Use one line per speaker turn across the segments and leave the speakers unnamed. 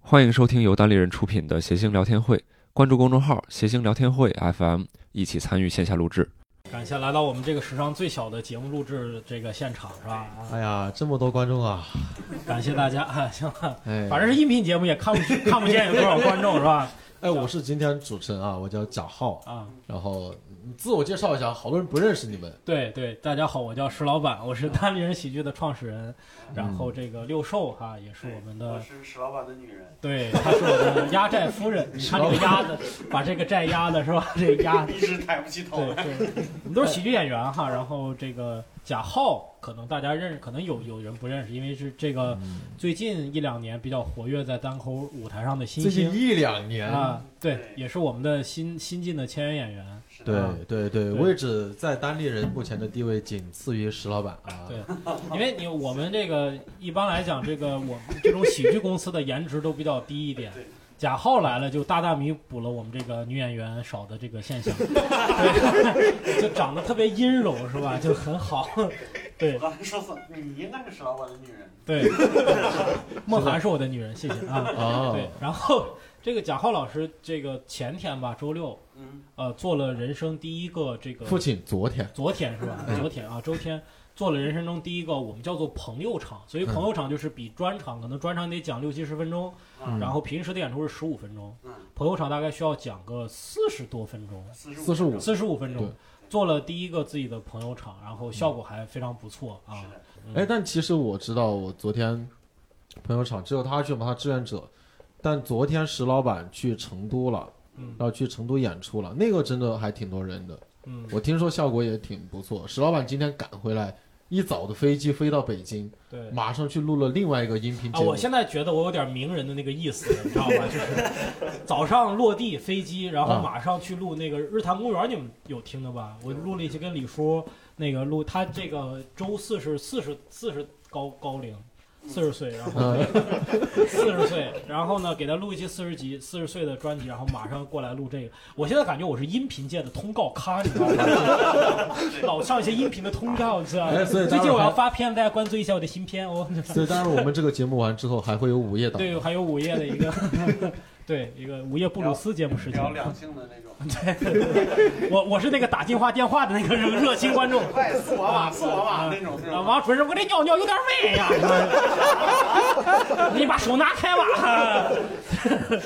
欢迎收听由单立人出品的《谐星聊天会》，关注公众号“谐星聊天会 FM”，一起参与线下录制。
感谢来到我们这个史上最小的节目录制这个现场，是吧？
哎呀，这么多观众啊！
感谢大家， 啊、行了，
哎，
反正是音频节目也看不 去看不见有多少观众，是吧？
哎，我是今天主持人啊，我叫贾浩，
啊，
然后你自我介绍一下，好多人不认识你们。
对对，大家好，我叫石老板，我是单立人喜剧的创始人，然后这个六兽哈、也是我们
我
的，
是史老板的女 人，
对，她是我的压寨夫人，她这个压的把这个寨压的是吧？这个压
一直抬不 起头
哦
对，。对，我们都是喜剧演员哈。然后这个贾浩，可能大家认识，可能有有人不认识，因为是这个
嗯
最近一两年比较活跃在单口舞台上的新
最近
星
一两年，
啊，对
对，
也是我们的新新晋的签约演员。
是的
对
啊
对
对
对，位置在单立人目前的地位仅次于石老板啊。
对因为你我们这个一般来讲，这个我们这种喜剧公司的颜值都比较低一点
对。
贾浩来了，就大大弥补了我们这个女演员少的这个现象，对， 就长得特别阴柔是吧？就很好， 对
我刚才说错，你应该是史老板的女人。
对。梦涵是我的女人，谢谢啊。
啊，
对，然后这个贾浩老师，这个前天吧，周六，
嗯，
呃，做了人生第一个这个
父亲嗯昨天
昨天是吧？昨天啊，周天做了人生中第一个我们叫做朋友场，所以朋友场就是比专场，可能专场得讲六七十分钟，
嗯
啊然后平时的演出是十五分钟，
嗯，
朋友场大概需要讲个四十多分钟，
四十
四十五
四十五分钟
对。
做了第一个自己的朋友场，然后效果还非常不错啊
是。的，
哎，但其实我知道，我昨天朋友场只有他去嘛，他志愿者。但昨天石老板去成都了，
嗯
然后去成都演出了，那个真的还挺多人的。
嗯，
我听说效果也挺不错。石老板今天赶回来，一早的飞机飞到北京，
对。
马上去录了另外一个音频
啊，
节目。
我现在觉得我有点名人的那个意思，你知道吧？就是 早上落地飞机，然后
啊
马上去录那个《日坛公园》，你们有听的吧？我录了一期跟李叔那个录，他这个周四是四十四十高高龄。四
嗯
十岁，然后
呃
四十岁，然后呢，给他录一期四十集四十岁的专辑，然后马上过来录这个。我现在感觉我是音频界的通告咖，你知道吗？ 老上一些音频的通告，你知道吗
哎？所以
最近
待会儿
我要
还
发片，大家关注一下我的新片哦。
所以，当然我们这个节目完之后还会有午夜档。
对，还有午夜的一个， 对一个午夜布鲁斯节目时间
聊。两性的那种。
我我是那个打进话电话的那个热热心观众。
快，是我吧，是我吧，
啊
那种是
啊，
吧？
王主任，我这尿尿有点歪呀， 你把手拿开吧。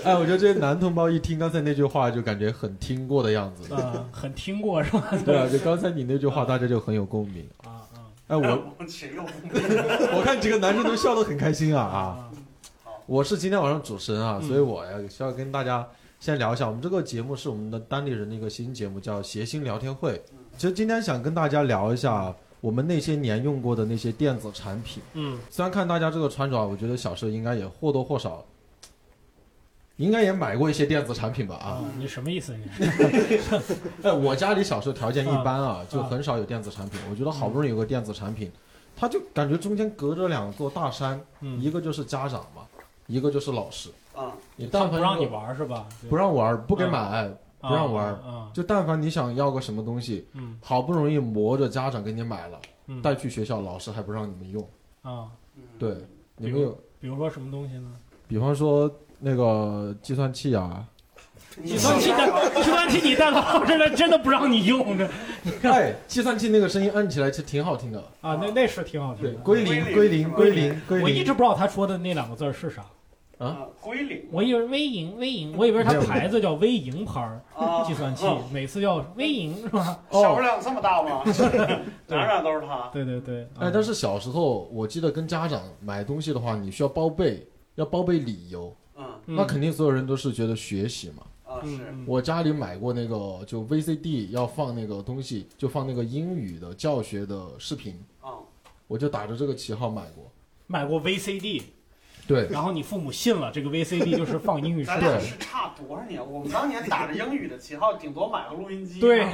哎，我觉得这些男同胞一听刚才那句话，就感觉很听过的样 子。
啊，很听过是吧？
对啊，就刚才你那句话，大家就很有共鸣。
啊啊
哎，我
我谁又
我看几个男生都笑得很开心啊啊！
啊！
我是今天晚上主持人啊，
嗯
所以我要需要跟大家先聊一下，我们这个节目是我们的单立人的一个新节目，叫谐星聊天会
嗯。
其实今天想跟大家聊一下我们那些年用过的那些电子产品。
嗯，
虽然看大家这个穿着啊，我觉得小时候应该也或多或少，应该也买过一些电子产品吧啊
啊。，你什么意思？你 嗯
哎，我家里小时候条件一般啊，就很少有电子产品。我觉得好不容易有个电子产品，它就感觉中间隔着两座大山，
嗯，
一个就是家长嘛，一个就是老师。
啊？
你
他
但
不
凡
让
有
你玩是吧？
不让玩，不给
嗯
买，
啊
不让玩
啊，
就但凡你想要个什么东西，
嗯
好不容易磨着家长给你买了，
嗯
带去学校，老师还不让你们用。
啊，
嗯，
对，
比
你
如
们有，
比如说什么东西呢？
比方说那个计算器 啊，
你
计算器的计算器你带到这来真的不让你用这
哎，计算器那个声音按起来其实挺好听的。
啊，那那是挺好听
对，
的。
归零，归零，归零，归
我一
零。
直不知道他说的那两个字儿是啥，
啊，归零
我以为微盈微盈，我以为它牌子叫微盈牌儿
啊，
计算器
嗯，
每次叫微盈是吧？
小
哦
不，了这么 大吗？ 哪哪都是他。
对对对，
哎，但
是
是小时候我记得跟家长买东西的话，你需要包备，要包备理由。
嗯
那肯定所有人都是觉得学习嘛。
啊，是
嗯
我家里买过那个，就 VCD 要放那个东西，就放那个英语的教学的视频，
啊，
我就打着这个旗号买过。
买过 VCD，
对，
然后你父母信了，这个 VCD 就是放 英语
咱
书
俩
的
对
是差多少年？我们当年打着英语的旗号，顶多买个录音机。啊
对，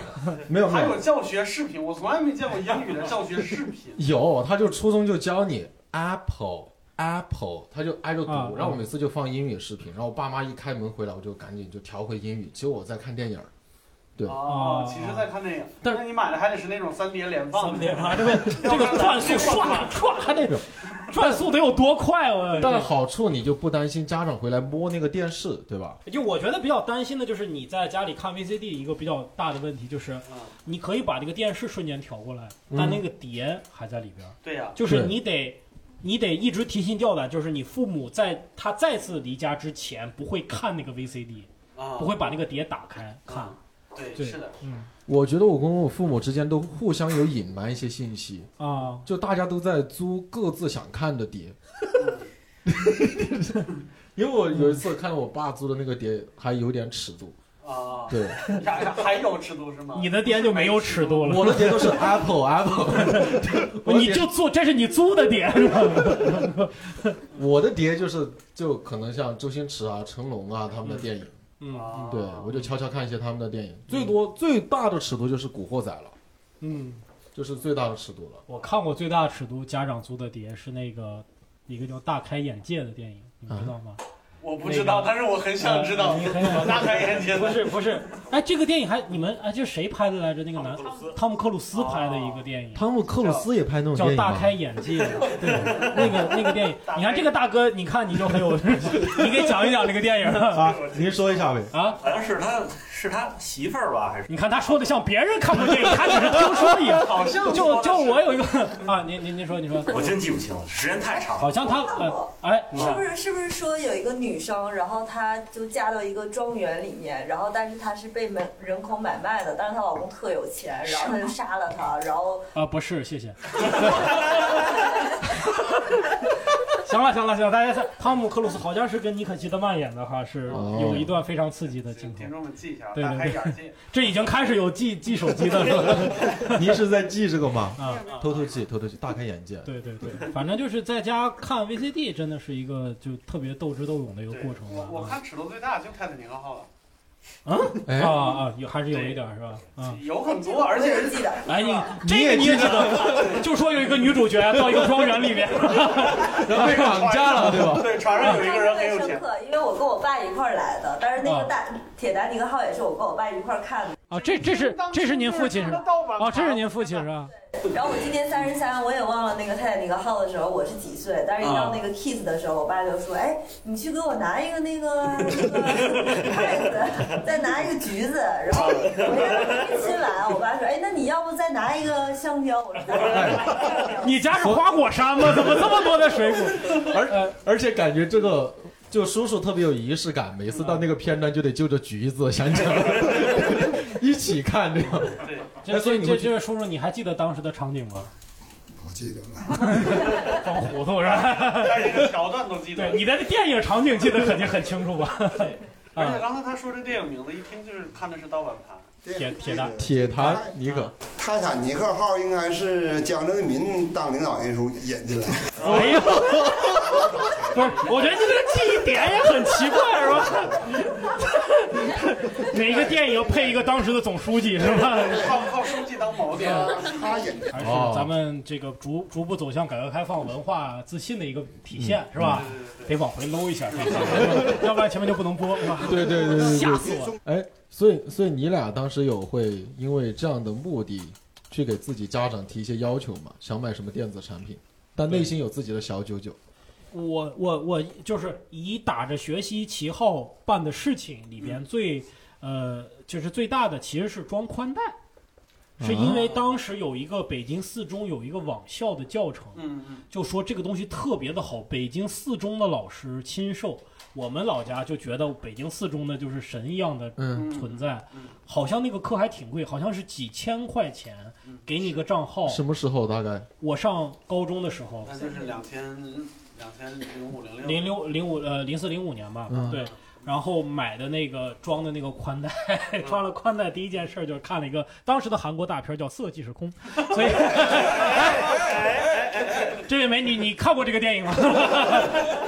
没有没
还
有
有教学视频，我从来没见过英语的教学视频。
有，他就初中就教你 Apple Apple，他就挨着读，
啊
然后我每次就放英语视频，然后我爸妈一开门回来，我就赶紧就调回英语。其实我在看电影儿， 对
哦
啊，
其实在看电影，
但
那你买的还得是那种三碟连放
三
的
点啊，这个这个转速唰唰那种，转速得有多快？啊我
但好处你就不担心家长回来摸那个电视，对吧？
就我觉得比较担心的就是你在家里看 VCD 一个比较大的问题就是，
嗯
你可以把这个电视瞬间调过来，但那个碟还在里边儿，
对呀、
就是你得。你得一直提心吊胆，就是你父母在他再次离家之前不会看那个 VCD，
啊，
不会把那个碟打开看。
对，
对
是的，
嗯
我觉得我跟我父母之间都互相有隐瞒一些信息，
啊，
就大家都在租各自想看的 碟。因为我有一次看到我爸租的那个碟还有点尺度，
啊，
对，
呀呀，还有尺度是吗？
你的碟就没有尺度了，
我的碟都是 Apple Apple，我 的
你
碟
就租，这是你租的碟是
啊
吧？
我的碟就是就可能像周星驰啊、成龙啊他们的电影，
嗯
啊，
对我就悄悄看一些他们的电影，最多最大的尺度就是《古惑仔》了，
嗯，
就是最大的尺度了。
我看过最大尺度家长租的碟是那个一个叫《大开眼界》的电影，你们知道吗？
我不知道，但是我很啊想知道，
呃你很
我大开眼界
不
的。
是不是，哎，这个电影还你们哎，这谁拍的来着？那个男
汤姆克鲁斯啊
汤姆克鲁斯拍的一个电影。
汤姆克鲁斯也拍那种
叫
电影
大
吗
开眼界，对，那个那个电影，你看这个大哥，你看你就很 有，你给讲一讲这个电影
啊，您说一下 呗。
啊？
好像是他是他媳妇儿吧，还是
你看他说的像别人看过电影，他只是听说一样。
好像
就
说
就
的是
我有一个啊，您您您说您说，
我真记不清了，时间太长了。
好像他呃哎，你
是
看
不是是不是说有一个女生，然后她就嫁到一个庄园里面，然后但是她是被门人口买卖的，但是她老公特有钱，然后她就杀了他，然后
啊，不是，谢谢。 行了行了行了，大家看汤姆克鲁斯好像是跟妮可基德曼演的哈，是
哦
有一段非常刺激的镜头
听。众们记一下，
对
大
对
开眼界。
这已经开始有记记手机的了
您是在记这个吗？
啊！
嗯
偷偷记，偷偷记，大开眼界。
对对对，反正就是在家看 VCD 真的是一个就特别斗智斗勇的一个
对
过程
我我
吧。嗯
看尺度最大就《泰坦尼克号》了，
啊
哎，
啊，有还是有一点是吧？啊，
有很多，而且
记得
哎你
你
这
也
个你也
记
知道，就说有一个女主角到一个庄园里面，
然后被绑架了，对吧？
对船上有一个人很有
深
钱，嗯
刻，因为我跟我爸一块儿来的，但是那个大铁达尼克号也是我跟我爸一块儿看的。
啊，这这是这是您父亲是吧？
吧
啊，这是您父亲是吧？
然后我今年三十三，我也忘了那个泰坦尼克号的时候我是几岁，但是一到那个 kiss 的时候，我爸就说：“哎，你去给我拿一个那个那个筷子，再拿一个橘子。”然后我要亲完，我爸说：“哎，那你要不再拿一个香蕉？”我说：“再拿一个香蕉。”
你家是花果山吗？怎么这么多的水果？
而而且感觉这个就叔叔特别有仪式感，每次到那个片段就得就着橘子想起来 一起看这样。
对，
这
哎所以
这
你
这
们
这位叔叔，你还记得当时的场景吗？
不记得了。
装糊涂是吧？
但是这个桥段都记得
对，。你的电影场景记得肯定很清楚吧？
而且
啊，
刚才他说这电影名字，一听就是看的是盗版盘。
铁铁达
铁达尼克，
泰坦尼克号应该是江泽民当领导那时候引进来的。
哎呀，不是，我觉得你这个记忆点也很奇怪是吧？ 哪个电影配一个当时的总书记是吧？
靠靠书记当锚点，
他引进
还是咱们这个逐逐步走向改革开放文化自信的一个体现是吧？得往回搂一下，要不然前面就不能播是吧？
对对对对对。
吓死我！了！
哎，所以所以你俩当时有会因为这样的目的去给自己家长提一些要求嘛？想买什么电子产品，但内心有自己的小九九。
我我我就是以打着学习旗号办的事情里边最、呃就是最大的其实是装宽带，是因为当时有一个北京四中有一个网校的教程，
嗯嗯，
就说这个东西特别的好，北京四中的老师亲授。我们老家就觉得北京四中的就是神一样的
嗯，
存在
嗯嗯，
好像那个课还挺贵，好像是几千块钱
嗯
给你一个账号。
什么时候大概？
我上高中的时候，
那就是两千两千零五零
零
六，
六零五呃零四零五年吧，
嗯
对，然后买的那个装的那个宽带，
嗯
装了宽带，第一件事就是看了一个当时的韩国大片叫《色即是空》， 所以，哎这位美女，你看过这个电影吗？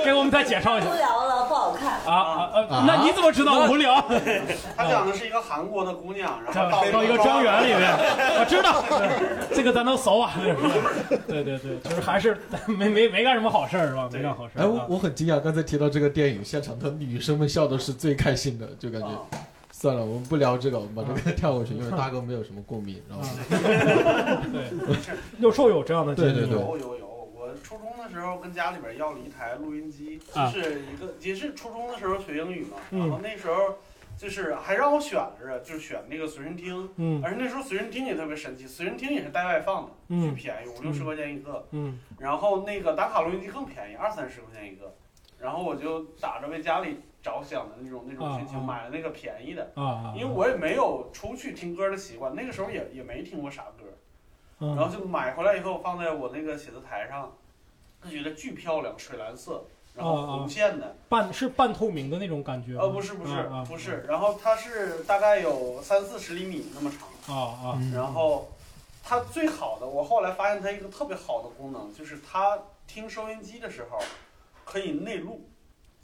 给我们再介绍一下
无聊了，不好看。
啊啊呃
啊，
那你怎么知道无聊？
他讲的是一个韩国的姑娘，然后
到
到
一个庄园里 面，我知道，这个咱能搜啊，对对对，就是还是没没没干什么好事儿是吧？没干好事儿。
哎，我
啊
我很惊讶，刚才提到这个电影，现场的女生们笑的是最开心的，就感觉、
啊
算了，我们不聊这个，我们把这个跳过去，因为大哥没有什么共鸣，然后
啊对，六兽有这样的经历
对对
吗
对
有有有，我初中的的时候跟家里边要了一台录音机，就
啊
是一个也是初中的时候学英语嘛，
嗯
然后那时候就是还让我选着，就是选那个随身听，
嗯
而且那时候随身听也特别神奇，随身听也是带外放的，巨
嗯
便宜，五六十块钱一个，
嗯
然后那个打卡录音机更便宜，二三十块钱一个，然后我就打着为家里着想的那种那种心
啊
情
啊
买了那个便宜的，
啊啊，
因为我也没有出去听歌的习惯，那个时候也也没听过啥歌，
嗯
然后就买回来以后放在我那个写字台上，就觉得巨漂亮，水蓝色，然后
啊啊
红线的，
半是半透明的那种感觉吗，
呃，不是不是
啊啊
不是，然后它是大概有三四十厘米那么长，
啊啊
然后它最好的，我后来发现它一个特别好的功能，就是它听收音机的时候可以内录，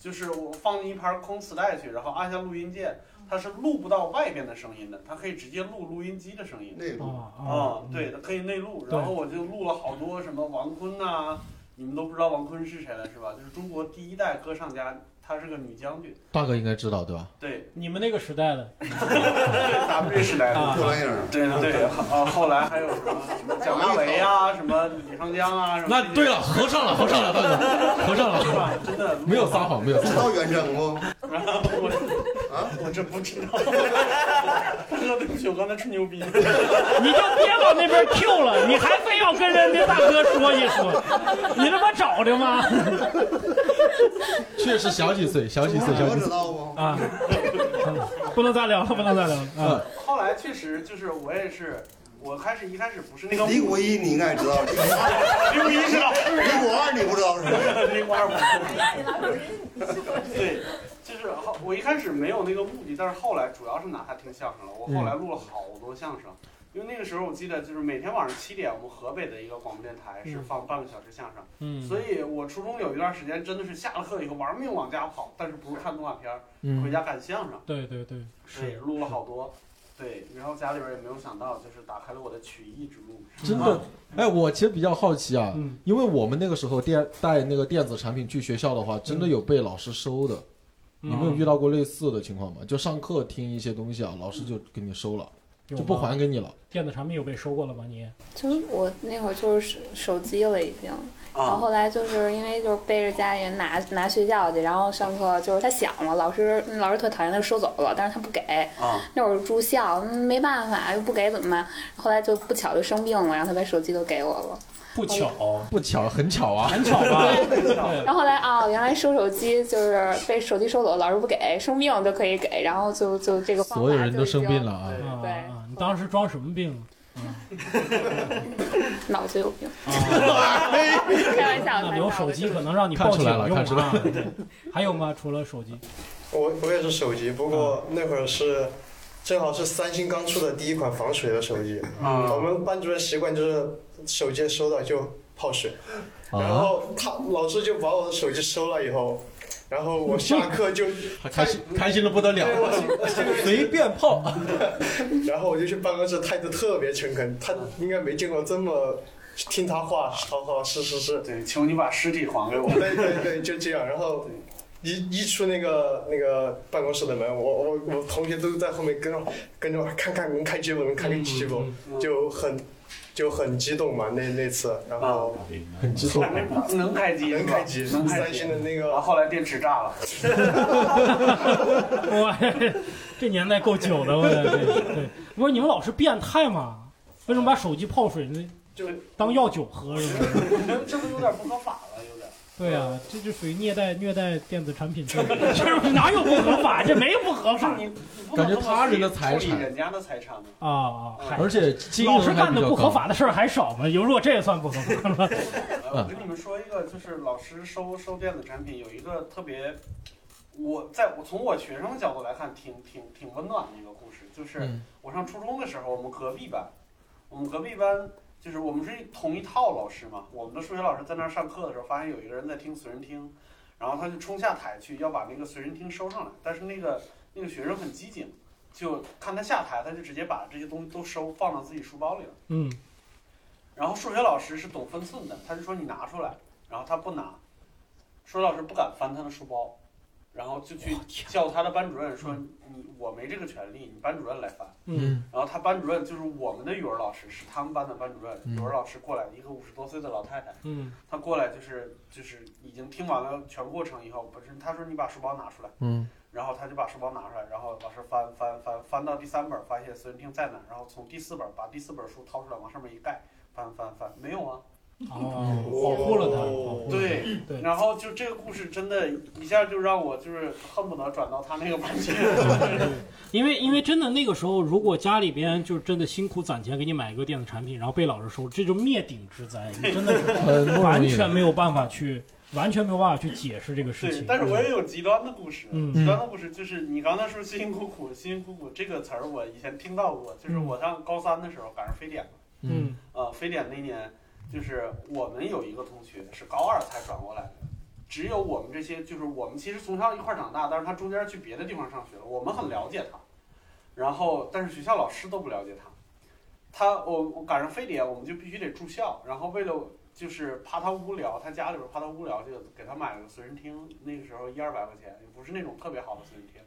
就是我放进一盘空磁带去，然后按下录音键，它是录不到外边的声音的，它可以直接录录音机的声音。
那
啊
个
啊
啊，，
嗯
对，它可以内录，
对
然后我就录了好多什么王坤呐、你们都不知道王坤是谁了是吧？就是中国第一代歌唱家，她是个女将军，
大哥应该知道对吧？
对
你们那个时代的
，W 时代
啊
的，
破玩意儿，
对对对，啊，后来还有什么什么蒋大为啊，什么李双江啊，什么
那对了，合上了，合上了，大哥，合上
是
了，
吧？真的
没有撒，谎，没有撒
知道远征不？
然后我
啊，
我真不 知道，哥对不起，我刚才吹牛逼，
你就别往那边 Q 了，你还非要跟人家大哥说一说，你他妈找的吗？
谎，确实小几岁，小几岁，小
我
几
知
岁。
道不？
啊，不能再聊了，不能再聊了啊。
后来确实就是我也是。我开始一开始不是那个
李谷一你应该知道，李
刘一知道，
谷二你不知道是谁？
那块儿我
哎你老师你是我
对，就是后我一开始没有那个目的，但是后来主要是拿它听相声了。我后来录了好多相声，因为那个时候我记得就是每天晚上七点，我们河北的一个广播电台是放半个小时相声，
嗯，
所以我初中有一段时间真的是下了课以后玩命往家跑，但是不是看动画片儿，回
嗯，
家看相声，
对对对，
对，录了好多。对，然后家里边也没有想到，就是打开了我的曲艺之路。
真的，哎，我其实比较好奇啊，
嗯，
因为我们那个时候电带那个电子产品去学校的话，真的有被老师收的。你们有遇到过类似的情况吗？就上课听一些东西啊，老师就给你收了，
有
就不
吗
还给你了。
电子产品有被收过了吗？你
就是我那会儿就是手手机了已经，然
啊
后后来就是因为就是背着家里人拿拿学校去，然后上课就是他响了，老师嗯老师特讨厌他收走了，但是他不给。
啊
那会儿住校，嗯没办法又不给怎么办？后来就不巧就生病了，然后他把手机都给我了。
不巧，
不巧，很巧啊。
很巧吧？
然后后来啊、原来收手机就是被手机收走，老师不给，生病就可以给，然后就就这个方法
所有人
就
都
已经
生病了啊！
啊
对
啊你当时装什么病？
脑子有病， 开
开
玩笑，开玩
有
笑。
手机
就是
可能让你
看
报
出
警
来了
用
看出来
啊。还有吗？除了手机，
我我也是手机，不过那会儿是正好是三星刚出的第一款防水的手机。
啊
我们班主任习惯就是手机收到就泡水，然
啊，
后他老师就把我的手机收了以后，然后我下课就，
开心开心的不得
对
了，
我心我心里
随便泡。
然后我就去办公室，态度特别诚恳，他应该没见过这么听他话，好好是是是，
对，求你把尸体还给我。
对对对，就这样。然后一一出那个那个办公室的门，我我我同学都在后面跟着跟着我看看能开机不能开机
嗯
不，就很就很激动嘛那那次，然后
很激动，
能开机是吧，
能开机，三
能开机啊
星。的那
然后
个。
后来电池炸了。
哇，这年代够久的，我的对对。不是你们老师变态吗？为什么把手机泡水呢？
就
当药酒喝是吗？
这不有点不合法了，有点。
对啊，这就属于虐待虐待电子产品罪，这哪有不合法？ 这没有不合法
你你不
感
能
觉
这么
他人的财
处理
产
人家的财产呢？
啊啊！嗨
而且金
老
额
师
还
干
比
的
较
不合
高。
法的事儿还少吗？有如果这也算不合法了，
呃
嗯
我跟你们说一个，就是老师收收电子产品有一个特别，我在我从我学生的角度来看，挺挺挺温暖的一个故事。就是
嗯
我上初中的时候，我们隔壁班，我们隔壁班就是我们是同一套老师嘛。我们的数学老师在那儿上课的时候，发现有一个人在听随身听，然后他就冲下台去要把那个随身听收上来，但是那个那个学生很机警，就看他下台，他就直接把这些东西都收放到自己书包里了。
嗯
然后数学老师是懂分寸的，他就说你拿出来，然后他不拿，数学老师不敢翻他的书包，然后就去叫他的班主任说：“你我没这个权利，你班主任来翻。”
嗯，
然后他班主任就是我们的语文老师，是他们班的班主任。
嗯
语文老师过来，一个五十多岁的老太太，
嗯
她过来就是就是已经听完了全过程以后，不是她说你把书包拿出来，
嗯
然后她就把书包拿出来，然后老师翻翻翻翻到第三本，发现随身听在哪儿，然后从第四本把第四本书掏出来往上面一盖，翻翻翻，没有啊，
哦，保护了他，
哦对
哦对
然后就这个故事真的，一下就让我就是恨不得转到他那个班去。对
因为因为真的那个时候，如果家里边就是真的辛苦攒钱给你买一个电子产品，然后被老师收，这就灭顶之灾，你真的 是
很不容
完
易
全没有办法去，完全没有办法去解释这个事情。
但是我也有极端的故事，
嗯
极端的故事就是你刚才说辛辛苦苦，辛辛苦苦这个词儿，我以前听到过，就是我上高三的时候赶上非典了，
嗯
嗯
呃，非典那年，就是我们有一个同学是高二才转过来的。只有我们这些，就是我们其实从小一块儿长大，但是他中间去别的地方上学了，我们很了解他，然后但是学校老师都不了解他，他我我赶上非典，我们就必须得住校，然后为了就是怕他无聊，他家里边怕他无聊，就给他买了个随身听，那个时候一二百块钱，也不是那种特别好的随身听。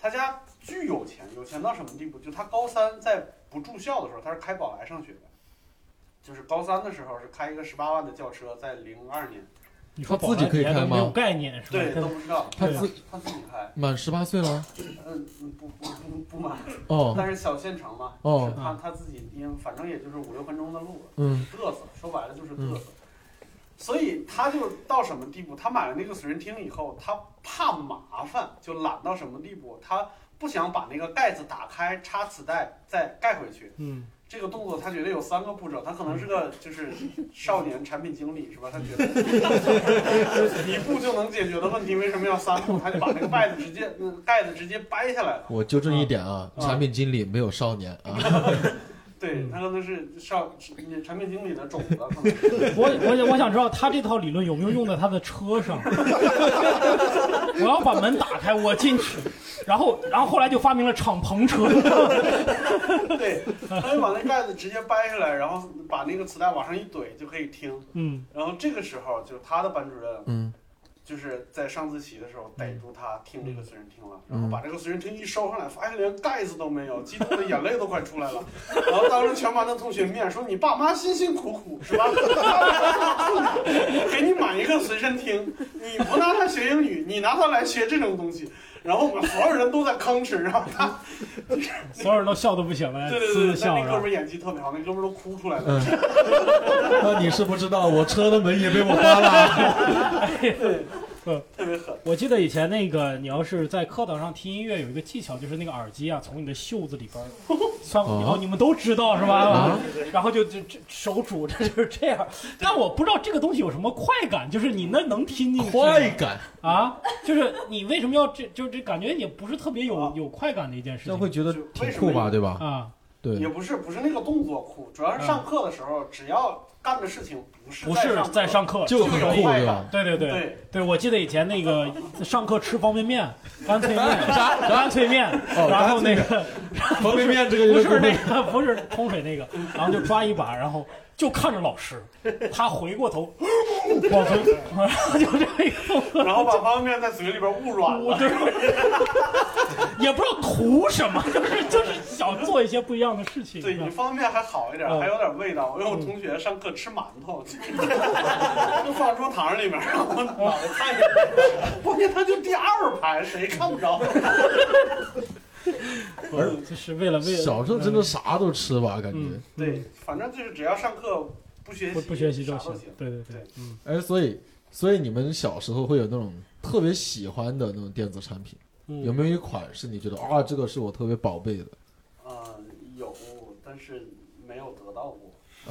他家巨有钱，有钱到什么地步？就他高三在不住校的时候，他是开宝来上学的，就是高三的时候是开一个十八万的轿车，在零二年，
你说
他自己可以
保安
开
别
吗
没有概念是吧？
对，都不知道，
他
对啊
自
他自己开，
满十八岁了，
嗯，不不不不买，
哦
但是小县城嘛，
哦
是他他自己，因为反正也就是五六分钟的路，
嗯
嘚瑟，说白了就是嘚瑟。所以他就到什么地步？他买了那个随身听以后，他怕麻烦，就懒到什么地步？他不想把那个盖子打开，插磁带，再盖回去。
嗯，
这个动作他觉得有三个步骤，他可能是个就是少年产品经理是吧？他觉得一步就能解决的问题，为什么要三步？他就把那个盖子直接嗯盖子直接掰下来了。
我纠正一点啊，
啊
产品经理没有少年啊，
对他可能是少产品经理的种子，可能
我我我想知道他这套理论有没有用在他的车上？ 我要把门打开，我进去，然后然后后来就发明了敞篷车，
对，他就把那盖子直接掰下来，然后把那个磁带往上一怼就可以听。
嗯
然后这个时候就是他的班主任，
嗯，
就是在上自习的时候逮住他听这个随身听了，
嗯
然后把这个随身听一收上来，发现连盖子都没有，激动的眼泪都快出来了。然后当着全班的同学面说：“你爸妈辛辛苦苦是吧？ 给你买一个随身听，你不拿它学英语，你拿它来学这种东西。”然后我们所有人都在吭哧，然后他
所有人都笑得不行了，
对对
呲
对，
呲哎笑，
但那
然
哥
后
们儿演技特别好，那哥们儿都哭出来了。
嗯，那你是不知道，我车的门也被我扒拉，
特别狠。
我记得以前那个，你要是在课堂上听音乐，有一个技巧，就是那个耳机啊，从你的袖子里边 儿穿过去以后，
啊
你们都知道是吧？
啊
然后就就就手拄着就是这样， 但我不知道这个东西有什么快感，就是你那能听进去吗
快感，
啊？就是你为什么要这就这感觉也不是特别有有快感的一件事
这
情
样啊会觉得
就
挺
为什
酷
么
吧，对吧？
啊，
对
也，不是不是那个动作酷，主要是上课的时候，只要干的事情不
嗯
是
不是在
上
上课
就
就
很
有
酷，
快
对
感
吧？
对对
课
对
对，
对，我记得以前那个上课吃方便面、干 脆面、干脆面，
哦
然后那个
方便面这个
不
就是
那个，不是冲水那个，然后就抓一把，然后就看着老师，他回过头，往回，然后就这个，
然后把方便面在嘴里边捂软
我
了。
就是也不知道图什么，就是就是想做一些不一样的事情。
对你方便面还好一点，
嗯
还有点味道。我有同学上课吃馒头，就放桌膛里面，然后脑
嗯
袋看见，关键他就第二排，谁看不 着？
嗯就是为了为了
小时候真的啥都吃吧，感觉
嗯。
对，反正就是只要上课不学
不
习，
不学习
啥
就
都
行。对对对
对，
嗯，
哎，所以所以你们小时候会有那种特别喜欢的那种电子产品，
嗯
有没有一款是你觉得啊，这个是我特别宝贝的
啊、有，但是没有得到过。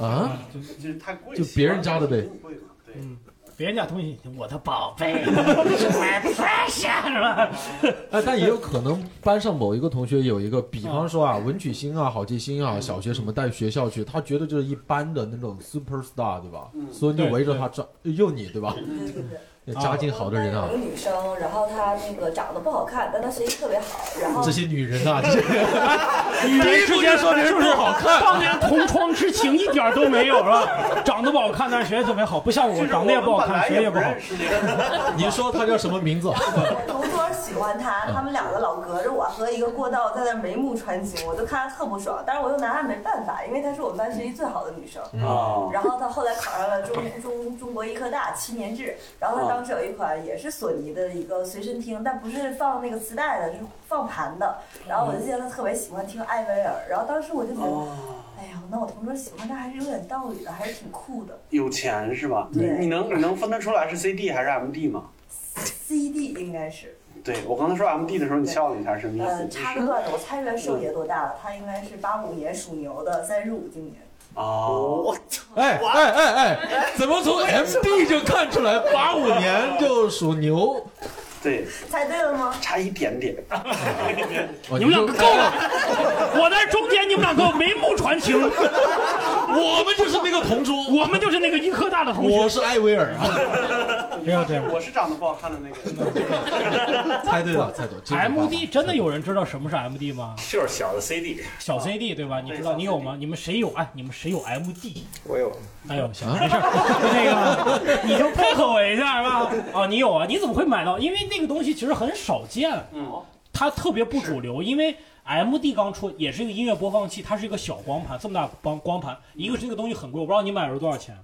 啊？
就就是太贵，
就别人家的呗
习惯了就很贵嘛。
嗯，别人家东西，我的宝贝 ，my precious，是吧？
哎，但也有可能班上某一个同学有一个，比方说啊，文曲星啊、好记星啊，小学什么带学校去，他觉得就是一般的那种 super star，对吧？
嗯
所以你
对
围着他转，又你对吧？
对对对。
家境好的人
我
啊
们班有，个女生，然后她那个长得不好看，但她学习特别好，然后
这些女人啊，这些
女人之间说
人不好看
当年同窗之情一点都没有了，长得不好看，但是学习特别好，不像
对，
我长得也不好看，学习
也
也不好。
认识那个，
你说他叫什么名字？
同桌欢他，他们两个老隔着我和一个过道在那眉目传情，我就看他特不爽，但是我又拿他没办法，因为她是我们班学习最好的女生。嗯
啊
然后她后来考上了中中中国医科大七年制，然后她当时有一款也是索尼的一个随身听，但不是放那个磁带的，是放盘的。然后我就记得她特别喜欢听艾薇儿，然后当时我就觉得，哎呀，那我同桌喜欢她还是有点道理的，还是挺酷的。
有钱是吧？你
对
你能你能分得出来是 CD 还是 MD 吗？
CD 应该是，
对我刚才说 MD 的时候，你笑了一下，什么意思？
呃，
就
插
是
个段子，我猜袁寿爷多大了？他应该是八五年属牛的，三十五今年。
哦，
哎哎哎哎，怎么从 M D 就看出来八五年就属牛？
对，
猜对了吗？
差一点点。
哦
你们两个够了，我在中间，你们两个眉目传情，
哎我们就是那个同桌，
我们就是那个医科大的同学。
我是艾薇儿啊，
不要这样
我是长得不好看的那个。
嗯
嗯
猜对了，猜对了真的
，M D 真的有人知道什么是 M D 吗？
就是小的 CD，
小 C D 对吧？你知道
对
你有吗？你们谁有哎？你们谁有 M D？
我有，
哎呦，行，没事儿，那个你就配合我一下吧。啊，你有啊？你怎么会买到？因为那个东西其实很少见，
哦
嗯，
它特别不主流。因为 M D 刚出，也是一个音乐播放器，它是一个小光盘，这么大光光盘，一个是这个东西很贵，我不知道你买的时候多少钱。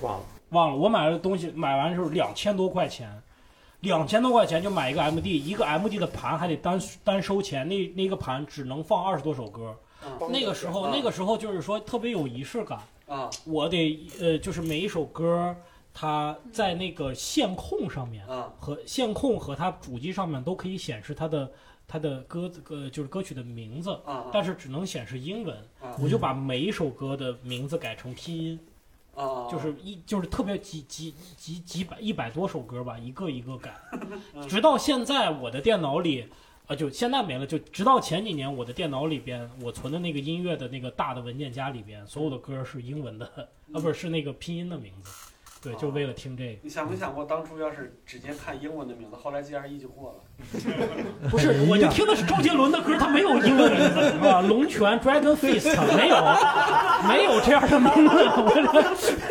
忘了。
忘了，我买了东西，买完之后两千多块钱，两千多块钱就买一个 MD，一个 MD 的盘还得单单收钱，那那个盘只能放二十多首歌。那个时候，那个时候就是说特别有仪式感，
啊，
我得呃，就是每一首歌它在那个线控上面
啊
和线控和它主机上面都可以显示它的它的歌歌就是歌曲的名字，
啊啊
但是只能显示英文
啊，
我就把每一首歌的名字改成拼音。
啊！
就是一就是特别几几几几百一百多首歌吧，一个一个 改，直到现在我的电脑里，啊、就现在没了，就直到前几年我的电脑里边我存的那个音乐的那个大的文件夹里边，所有的歌是英文的， 啊不是是那个拼音的名字，对，
啊
就为了听这个，
你想没想过，当初要是直接看英文的名字，后来 GRE 就过了。
不是，我就听的是周杰伦的歌，他没有英文名字是吧？龙泉 Dragon Fist 没有，没有这样的名字，我这，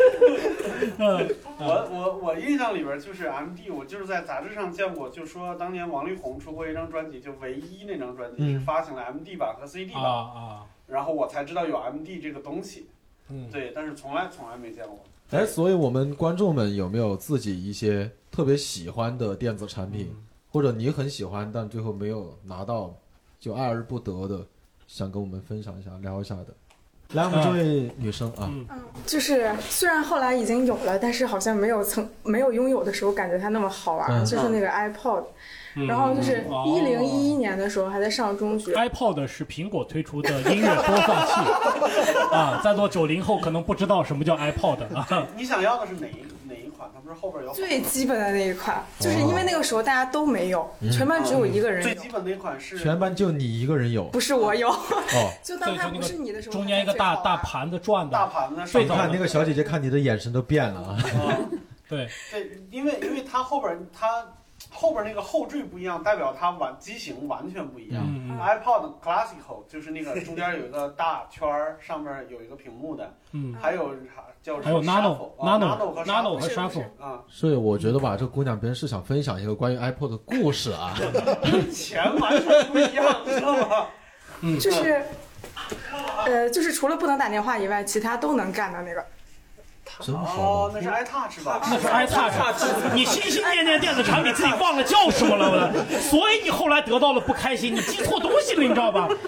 嗯。
我我我印象里边就是 MD，我就是在杂志上见过，就说当年王力宏出过一张专辑，就唯一那张专
嗯
辑是发行了 MD 版和 CD
啊
版，
啊，
然后我才知道有 MD 这个东西。
嗯，
对，但是从来从来没见 过。
哎，所以我们观众们有没有自己一些特别喜欢的电子产品，或者你很喜欢但最后没有拿到，就爱而不得的，想跟我们分享一下、聊一下的？来，我们这位女生啊，
嗯
就是虽然后来已经有了，但是好像没有曾没有拥有的时候感觉它那么好玩。
嗯
就是那个 iPod，、然后就是
哦啊
一零一一年的时候还在上中学，
iPod 是苹果推出的音乐播放器 啊，在座九零后可能不知道什么叫 iPod 啊，
你想要的是哪一哪一款？它不是后边有
最基本的那一款，就是因为那个时候大家都没有，全班只有一个人
最
有
基，本的一款是
全班就你一个人有
不是我有。
哦。
就当它
啊对就那
不
个
是你的时候，
中间一个大大盘子转
大
的，
盘子
最
上
你
早的
看那个小姐姐看你的眼神都变了啊！
啊，
对，
对，因为因为它后边它后边那个后缀不一样，代表它完机型完全不一样。
嗯
iPod Classical 就是那个中间有一个大圈儿，上面有一个屏幕的，
嗯，
还有啥叫
还有
Shuffle，
Nano
啊
Nano
和
Nano 和
Shuffle
Shuffle，
啊，
所以我觉得吧，这姑娘别人是想分享一个关于 iPod 的故事啊。
钱完全不一样，你知道吗？
就是，呃，就是除了不能打电话以外，其他都能干的那个。
真好啊
哦，
玩，
那是 iTouch 吧？
那是 iTouch，你心心念念电子产品自己忘了叫什么了，我所以你后来得到了不开心，你记错东西了，你知道吧？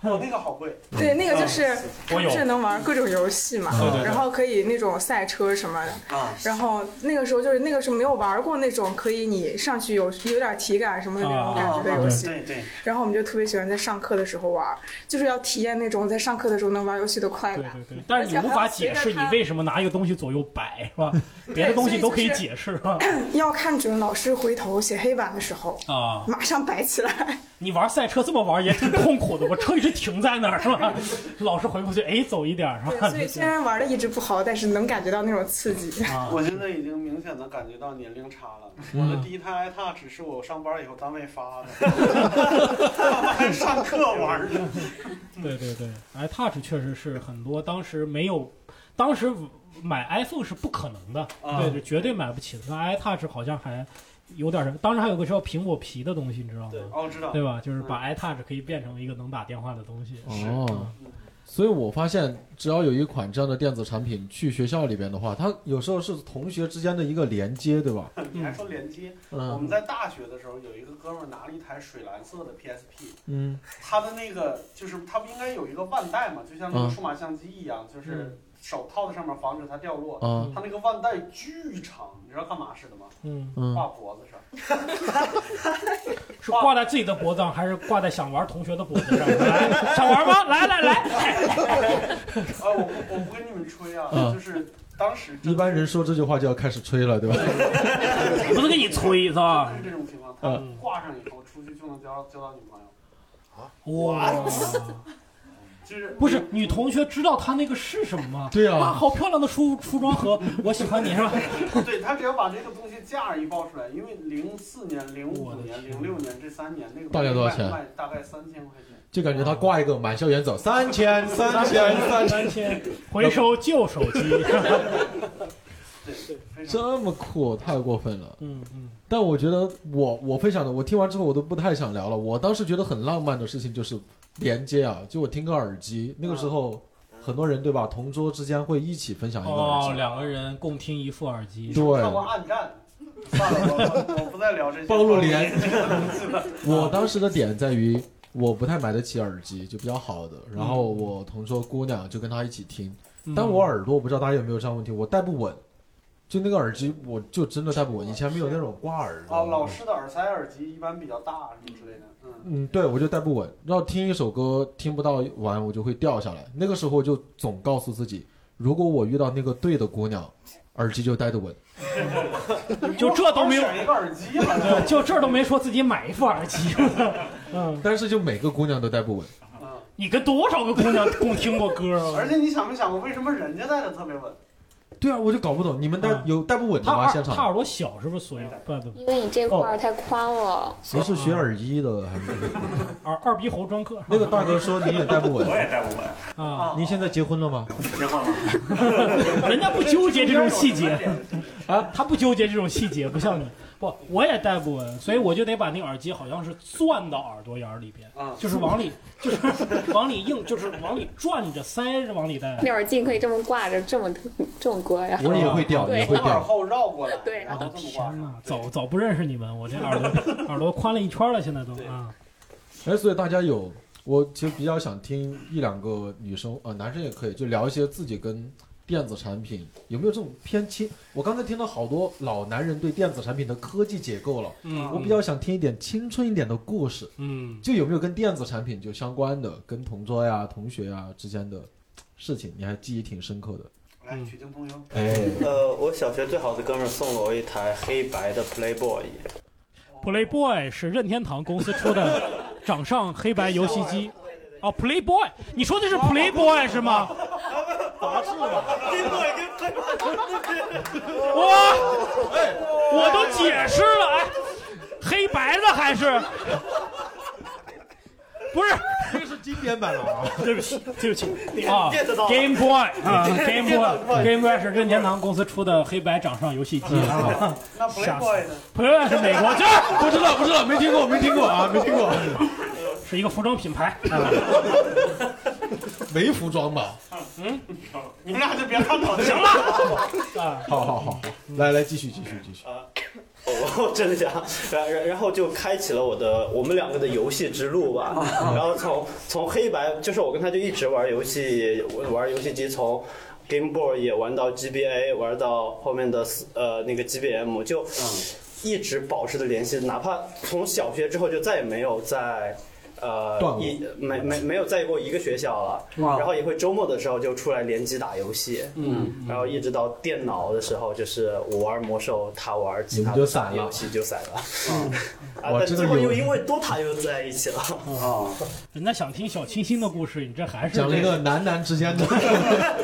我哦那个好贵，
对，那个就是
我
它不
有
是能玩各种游戏嘛，
嗯
然后可以那种赛车什么的。
啊
然后那个时候就是那个时候没有玩过那种可以你上去有有点体感什么的那种感觉的游戏，
对啊对，
然后我们就特别喜欢在上课的时候玩，就是要体验那种在上课的时候能玩游戏的快
对
感。
对对，但是你无法解释你为什么拿一个东西左右摆，是吧？别的东西都可以解释，是吧？
要看准老师回头写黑板的时候，
啊。
马上摆起来。
你玩赛车这么玩也挺痛苦的，我车一直停在那儿是吧？老是回不去，哎，走一点儿是吧？
对，所以虽然玩的一直不好，但是能感觉到那种刺激。
啊，
我现在已经明显的感觉到年龄差了。
嗯
我的第一台 iTouch 是我上班以后单位发的， 他们还上课玩的。
对对对，iTouch 确实是很多当时没有，当时买 iPhone 是不可能的，
啊
对，是绝对买不起的。那 iTouch 好像还有点什么。当时还有个叫苹果皮的东西，你知道吗？
哦，知道，
对嗯吧？就是把 iTouch 可以变成一个能打电话的东西。
哦，所以我发现，只要有一款这样的电子产品去学校里边的话，它有时候是同学之间的一个连接，对吧？
你还说连接？
嗯
我们在大学的时候有一个哥们儿拿了一台水蓝色的 PSP，
嗯，
他的那个就是他不应该有一个腕带嘛，就像那个
嗯
数码相机一样，就是手套在上面防止它掉落。
嗯
他那个腕带巨长，你知道干嘛使的吗？
嗯
嗯
挂脖 子上。
是挂在自己的脖子上，还是挂在想玩同学的脖子上？ 来，想玩吗？来来来，
啊，我不我不跟你们吹啊，
嗯
就是当时
一般人说这句话就要开始吹了，对吧？
不是给你啊吹是吧
真是这种情况，他
嗯
挂上以后出去就能交交到女朋友。
哇！
就是
不是女同学知道她那个是什么吗？
对啊
哇，好漂亮的梳梳妆盒，我喜欢你 是吧？
对他只要把这个东西价一报出来，因为零四年、零五年、零六年这三年那个
大概多少钱
卖卖大概三千块钱。
就感觉他挂一个满校园走，三千三千
三
三
千，回收旧手 机。
这么酷，太过分了。
嗯嗯，
但我觉得我我分享的，我听完之后我都不太想聊了。我当时觉得很浪漫的事情就是连接啊，就我听个耳机，那个时候很多人对吧，同桌之间会一起分享一个耳
哦，
机。
两个人共听一副耳机。
对
看过《暗战》？算了，我我我不再聊这些
暴露年
这个东西了。
我当时的点在于，我不太买得起耳机，就比较好的。然后我同桌姑娘就跟她一起听，
嗯
但我耳朵不知道大家有没有这样的问题，我戴不稳，就那个耳机我就真的戴不稳。以前没有那种挂耳的
啊，老师的耳塞耳机一般比较大，什么之类的。嗯，
嗯，对，我就戴不稳，然后听一首歌听不到完，我就会掉下来。那个时候就总告诉自己，如果我遇到那个对的姑娘，耳机就戴得稳。
就这都没有
选一个耳 机了。
对，就这儿都没说自己买一副耳机。嗯，
但是就每个姑娘都戴不稳。
你跟多少个姑娘共听过歌啊？
而且你想没想过，为什么人家戴的特别稳？
对啊，我就搞不懂，你们戴、有戴不稳的
他
吗？
耳
现
他
场
耳朵小是不是？所以不不
因为你这块儿太宽了。
谁是学耳机的？还是
耳二鼻喉专 科。
那个大哥说你也戴不稳，
我也戴不 稳。
啊，
您现在结婚了吗？
结婚了，
人
啊
家不纠结这种细节啊，他不纠结这种细节，不像你。不，我也戴不稳，所以我就得把那个耳机好像是攥到耳朵眼儿里边，
啊
就是往里， 就是往里硬，就是往里转着塞着往里戴。
那耳机可以这么挂着，这么这么搁呀。
我也会掉，
对
也啊会
耳
掉。
后绕过来，
对
然后这么挂上。
早早不认识你们，我这耳 朵耳朵宽了一圈了，现在都啊，
哎，所以大家有，我其实比较想听一两个女生，呃，男生也可以，就聊一些自己跟电子产品有没有这种偏亲。我刚才听到好多老男人对电子产品的科技解构了，
嗯
我比较想听一点青春一点的故事，
嗯，
就有没有跟电子产品就相关的，跟同桌呀、同学呀之间的事情，你还记忆挺深刻的。
嗯
来，曲靖通幽。
哎，
呃，我小学最好的哥们儿送了我一台黑白的 Playboy，
Playboy 是任天堂公司出 的掌上黑白游戏机。哦，Playboy，你说的是 Playboy 是吗？哇，我都解释了，哎，黑白的还 是？不是，
这个是经典版了啊！
对不起，对不起啊
你 get 到了
，Game Boy 啊
你
，Game
get 到了
Boy，Game Boy 是任天堂公司出的黑白掌上游戏机啊。
那
吓
Playboy 呢？
Playboy 是美国，这
不知道， 不知道，没听过，没听过啊，没听过，
是一个服装品牌。啊
没服装吧？
你们俩就别 看我，行
啊，
好好好，来来，继续，继续，继续。
我哦 真的想，然然然后就开启了我的我们两个的游戏之路吧。然后从从黑白，就是我跟他就一直玩游戏，玩游戏机从。Game Boy 也玩到 GBA，玩到后面的四呃那个 GBM，就一直保持着联系，哪怕从小学之后就再也没有在呃
断过
一没没没有在过一个学校了，
哦
然后也会周末的时候就出来联机打游戏，
嗯，
然后一直到电脑的时候，就是我玩魔兽，他玩其他
你们就散了嗯
游戏就散了。啊，
哇
但
这个
最后
有
又因为 DOTA 又在一起了。
哦
啊，
人家想听小清新的故事，你这还是哎
讲了一个男男之 间的哎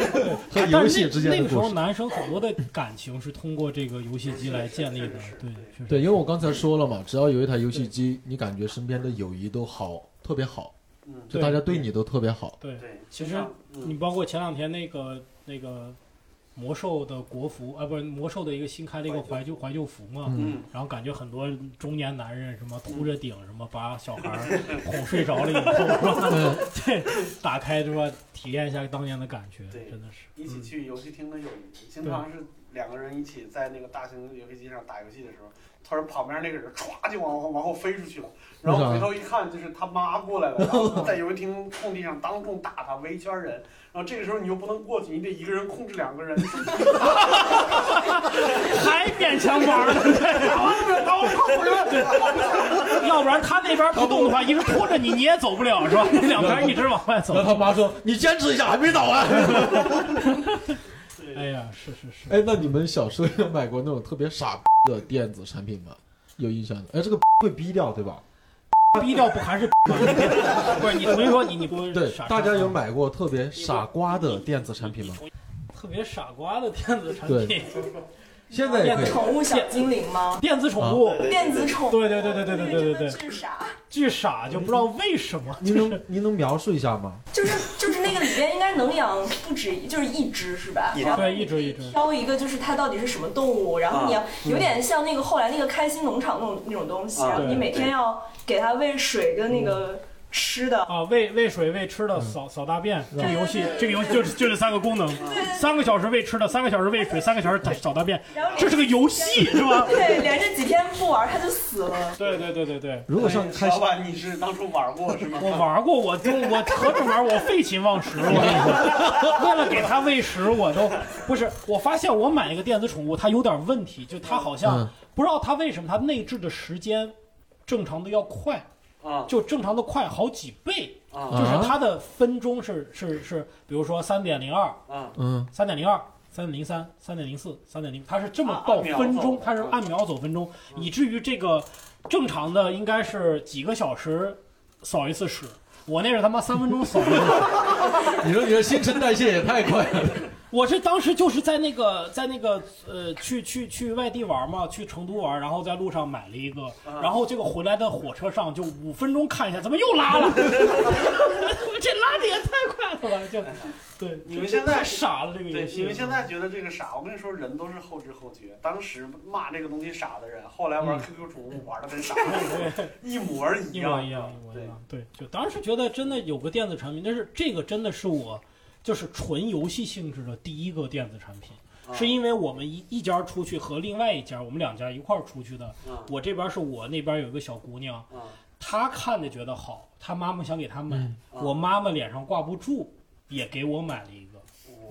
和游戏
但是
之
那
间
那个
的
时
故
候
事。
男生很多的感情是通过这个游戏机来建 立的，对，确实。
对，因为我刚才说了嘛，只要有一台游戏机，你感觉身边的友谊都好，特别好，
嗯，
就大家对你都特别好。
对，
对，
其
就
实
像
你
嗯
包括前两天那个那个魔兽的国服啊，不是魔兽的一个新开的一个怀旧怀旧服嘛，
嗯
然后感觉很多中年男人什么秃着顶什么把小孩儿哄睡着了以后 是吧，对，打开是吧，体验一下当年的感觉，
对
真的是
一起去游戏厅的友谊，经常是两个人一起在那个大型游戏机上打游戏的时候，突然旁边那个人歘就往往后飞出去了，然后回头一看就是啊他妈过 来了，然后在游戏厅空地上当众打他，围一圈人，然后这个时候你又不能过去，你得一个人控制两个 人，
还勉强玩儿呢，对 要不然他那边不动的话，一直拖着你，你也走不了是 吧？那两边一直往外走。
然后他妈说：“你坚持一下，还没打啊完。
哎呀，是是是”，
哎，那你们小时候有买过那种特别傻的电子产品吗？有印象的？哎，这个 会逼掉对吧？
逼掉不还是 不是？你重新说，你你给我
对
傻，
大家有买过特别傻瓜的电子产品吗？
特别傻瓜的电子产品
对，现在也可以。
宠物小精灵吗？
电子宠
啊
物，
嗯
嗯
电子宠物，
对对对对对对对对对
真的是傻，
巨傻就不知道为什么，
您能您能描述一下吗？
就是就是那个里边应该能养不止就是一只是吧？
一只
然后
对，一直一直。
挑一个就是它到底是什么动物，然后你要有点像那个后来那个开心农场那种那种东西，
啊
然后你
对
每天要给它喂水跟那个吃的。
啊，喂喂水、喂吃的、
嗯
扫扫大便，这个游戏，这个游戏就是就这三个功能，三个小时喂吃的，三个小时喂水，三个小时扫大便，
然后
这是个游戏是吧？
对，连着几天不玩它就死了。
对对对对对，
如果上开
老板你是当初玩过是 吗？
我玩过，我就我何止玩，我废寝忘食。我跟你说，为了给它喂食，我都不是。我发现我买一个电子宠物，它有点问题，就它好像、
嗯
不知道它为什么它内置的时间正常的要快，
啊
就正常的快好几倍，
啊
就是它的分钟是是是，比如说三点零二、
啊！
嗯，
三点零二。三点零三、三点零四、三点零，它是这么
啊
到
按秒
分钟
走，嗯
它是按秒走分钟，以至于这个正常的应该是几个小时扫一次屎，我那是他妈三分钟扫一次。
你说你的新陈代谢也太快了。
我是当时就是在那个在那个呃去去去外地玩嘛，去成都玩，然后在路上买了一个，
啊
然后这个回来的火车上就五分钟看一下，怎么又拉了？ 这拉的也太快了吧！就对，
哎你们现在
太傻了这个游
对，
戏。
你们现在觉得这个傻，我跟你说，人都是后知后觉。当时骂这个东西傻的人，后来玩 QQ 宠物玩的跟傻
对
一模一
一模
样。
一样，一模一样。对，就当时觉得真的有个电子产品，但是这个真的是我就是纯游戏性质的第一个电子产品。
啊
是因为我们一一家出去和另外一家，我们两家一块儿出去的。
啊
我这边是我那边有一个小姑娘，
啊
她看着觉得好，她妈妈想给她买，
嗯
啊
我妈妈脸上挂不住，也给我买了一个，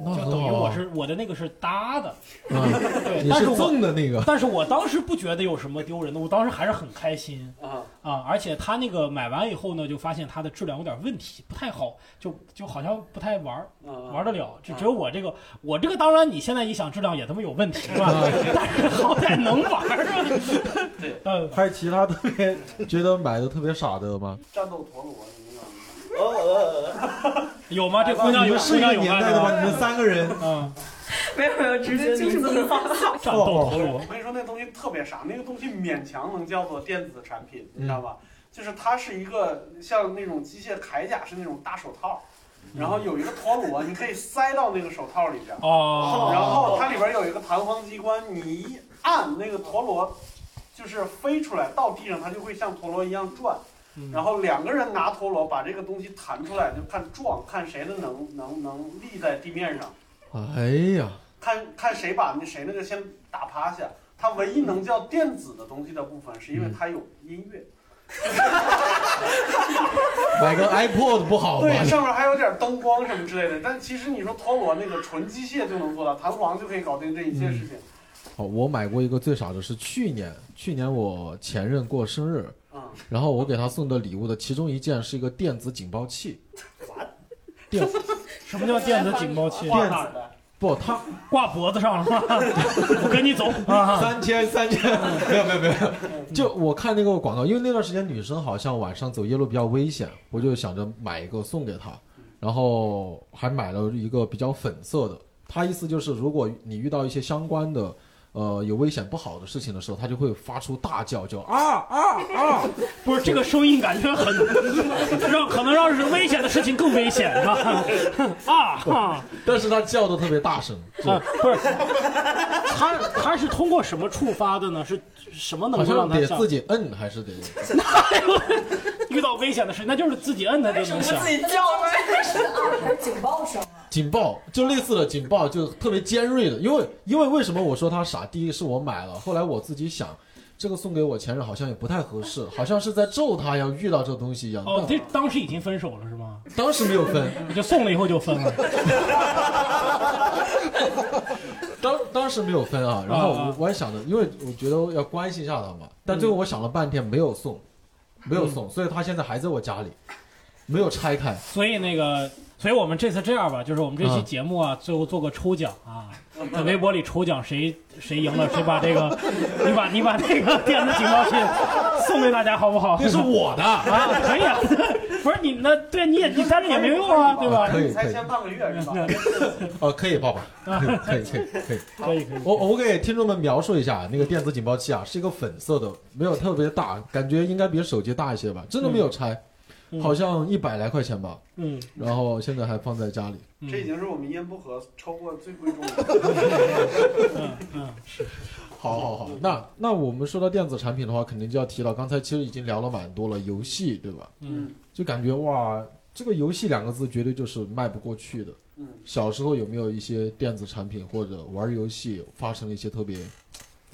那
就
很
等于
好
我
啊，
是我的那个是搭的，
嗯
对，
你
但
是
是我
赠的那个。
但是我当时不觉得有什么丢人的，我当时还是很开心
啊
啊，而且她那个买完以后呢，就发现它的质量有点问题，不太好，就就好像不太玩儿
啊！
玩得了，只只有我这个，我这个当然你现在一想质量也他妈有问题是吧？但是好歹能玩儿是吧？
啊对，
呃，
还有其他特别觉得买的特别傻的吗？
战斗陀螺，你们玩吗？
呃呃，呃
有吗？这姑
那
娘
你
有
们是
姑
一个
娘有
年
吗？
代的吗？你们三个人，
嗯，
没有没有，直接名字都放错。
战斗陀螺
我跟你说，那东西特别傻，那个东西勉强能叫做电子产品，你知道
嗯
吧？就是它是一个像那种机械铠甲是那种大手套，
嗯
然后有一个陀螺，你可以塞到那个手套里边。
哦，
然后它里边有一个弹簧机关，你一按那个陀螺，就是飞出来到地上，它就会像陀螺一样转。
嗯
然后两个人拿陀螺把这个东西弹出来，就看撞，看谁的能能能立在地面上，
哎呀，
看看谁把那谁那个先打趴下。它唯一能叫电子的东西的部分，是
嗯
因为它有音乐，
买个 iPod 不
哦
好吗？
对，上面还有点灯光什么之类的。但其实你说陀螺那个纯机械就能做到，弹簧就可以搞定这一
嗯
切事情。
好，我买过一个最傻的是去年，去年我前任过生日，
嗯，
然后我给他送的礼物的其中一件是一个电子警报器，
什么叫电子警报器？
挂哪儿的？
不，他
挂脖子上了吗？我跟你走啊！
三千三千， 没有没有没有，就我看那个广告，因为那段时间女生好像晚上走夜路比较危险，我就想着买一个送给她，然后还买了一个比较粉色的，它意思就是如果你遇到一些相关的。呃有危险不好的事情的时候，他就会发出大叫，叫啊啊啊！
不是这个声音感觉很 让可能让是危险的事情更危险吧？ 啊啊！
但是他叫的特别大声，是
啊，不是，他他是通过什么触发的呢？是什么能
好
够让
像
他
得
上
自己摁还是得。
遇到危险的事？那就是自己摁他就能响。
叫吗？是啊，还是警报声啊？
警报就类似的警报，就特别尖锐的，因为因为为什么我说它傻？第一是我买了，后来我自己想，这个送给我前任好像也不太合适，好像是在咒他要遇到这东西一样。
哦，
但
这当时已经分手了是吗？
当时没有分，
你就送了以后就分了。
当当时没有分啊。然后
啊啊
我我也想着，因为我觉得要关心一下他嘛，但最后我想了半天没有送，没有送，所以他现在还在我家里，没有拆开。
所以那个，所以我们这次这样吧，就是我们这期
嗯
节目啊，最后做个抽奖啊，在微博里抽奖，谁谁赢了，谁把这个， 你把你把那个电子警报器送给大家，好不好？
那是我的
啊，可以啊， 不是你那对你也你但是也没用 啊，对吧？
可以可
才
以
签半个月 是吧？
哦，可以，爸爸，可以可以可以可以。
可以可以，
我我给听众们描述一下，那个电子警报器啊，是一个粉色的，没有特别大，感觉应该比手机大一些吧，真的没有拆，
嗯
好像一百来块钱吧，
嗯，
然后现在还放在家里。
这已经是我们烟不合抽过最贵重的。
嗯嗯，
好好好，那那我们说到电子产品的话，肯定就要提到，刚才其实已经聊了蛮多了，游戏对吧？
嗯，
就感觉哇，这个游戏两个字绝对就是迈不过去的。
嗯，
小时候有没有一些电子产品或者玩游戏发生了一些特别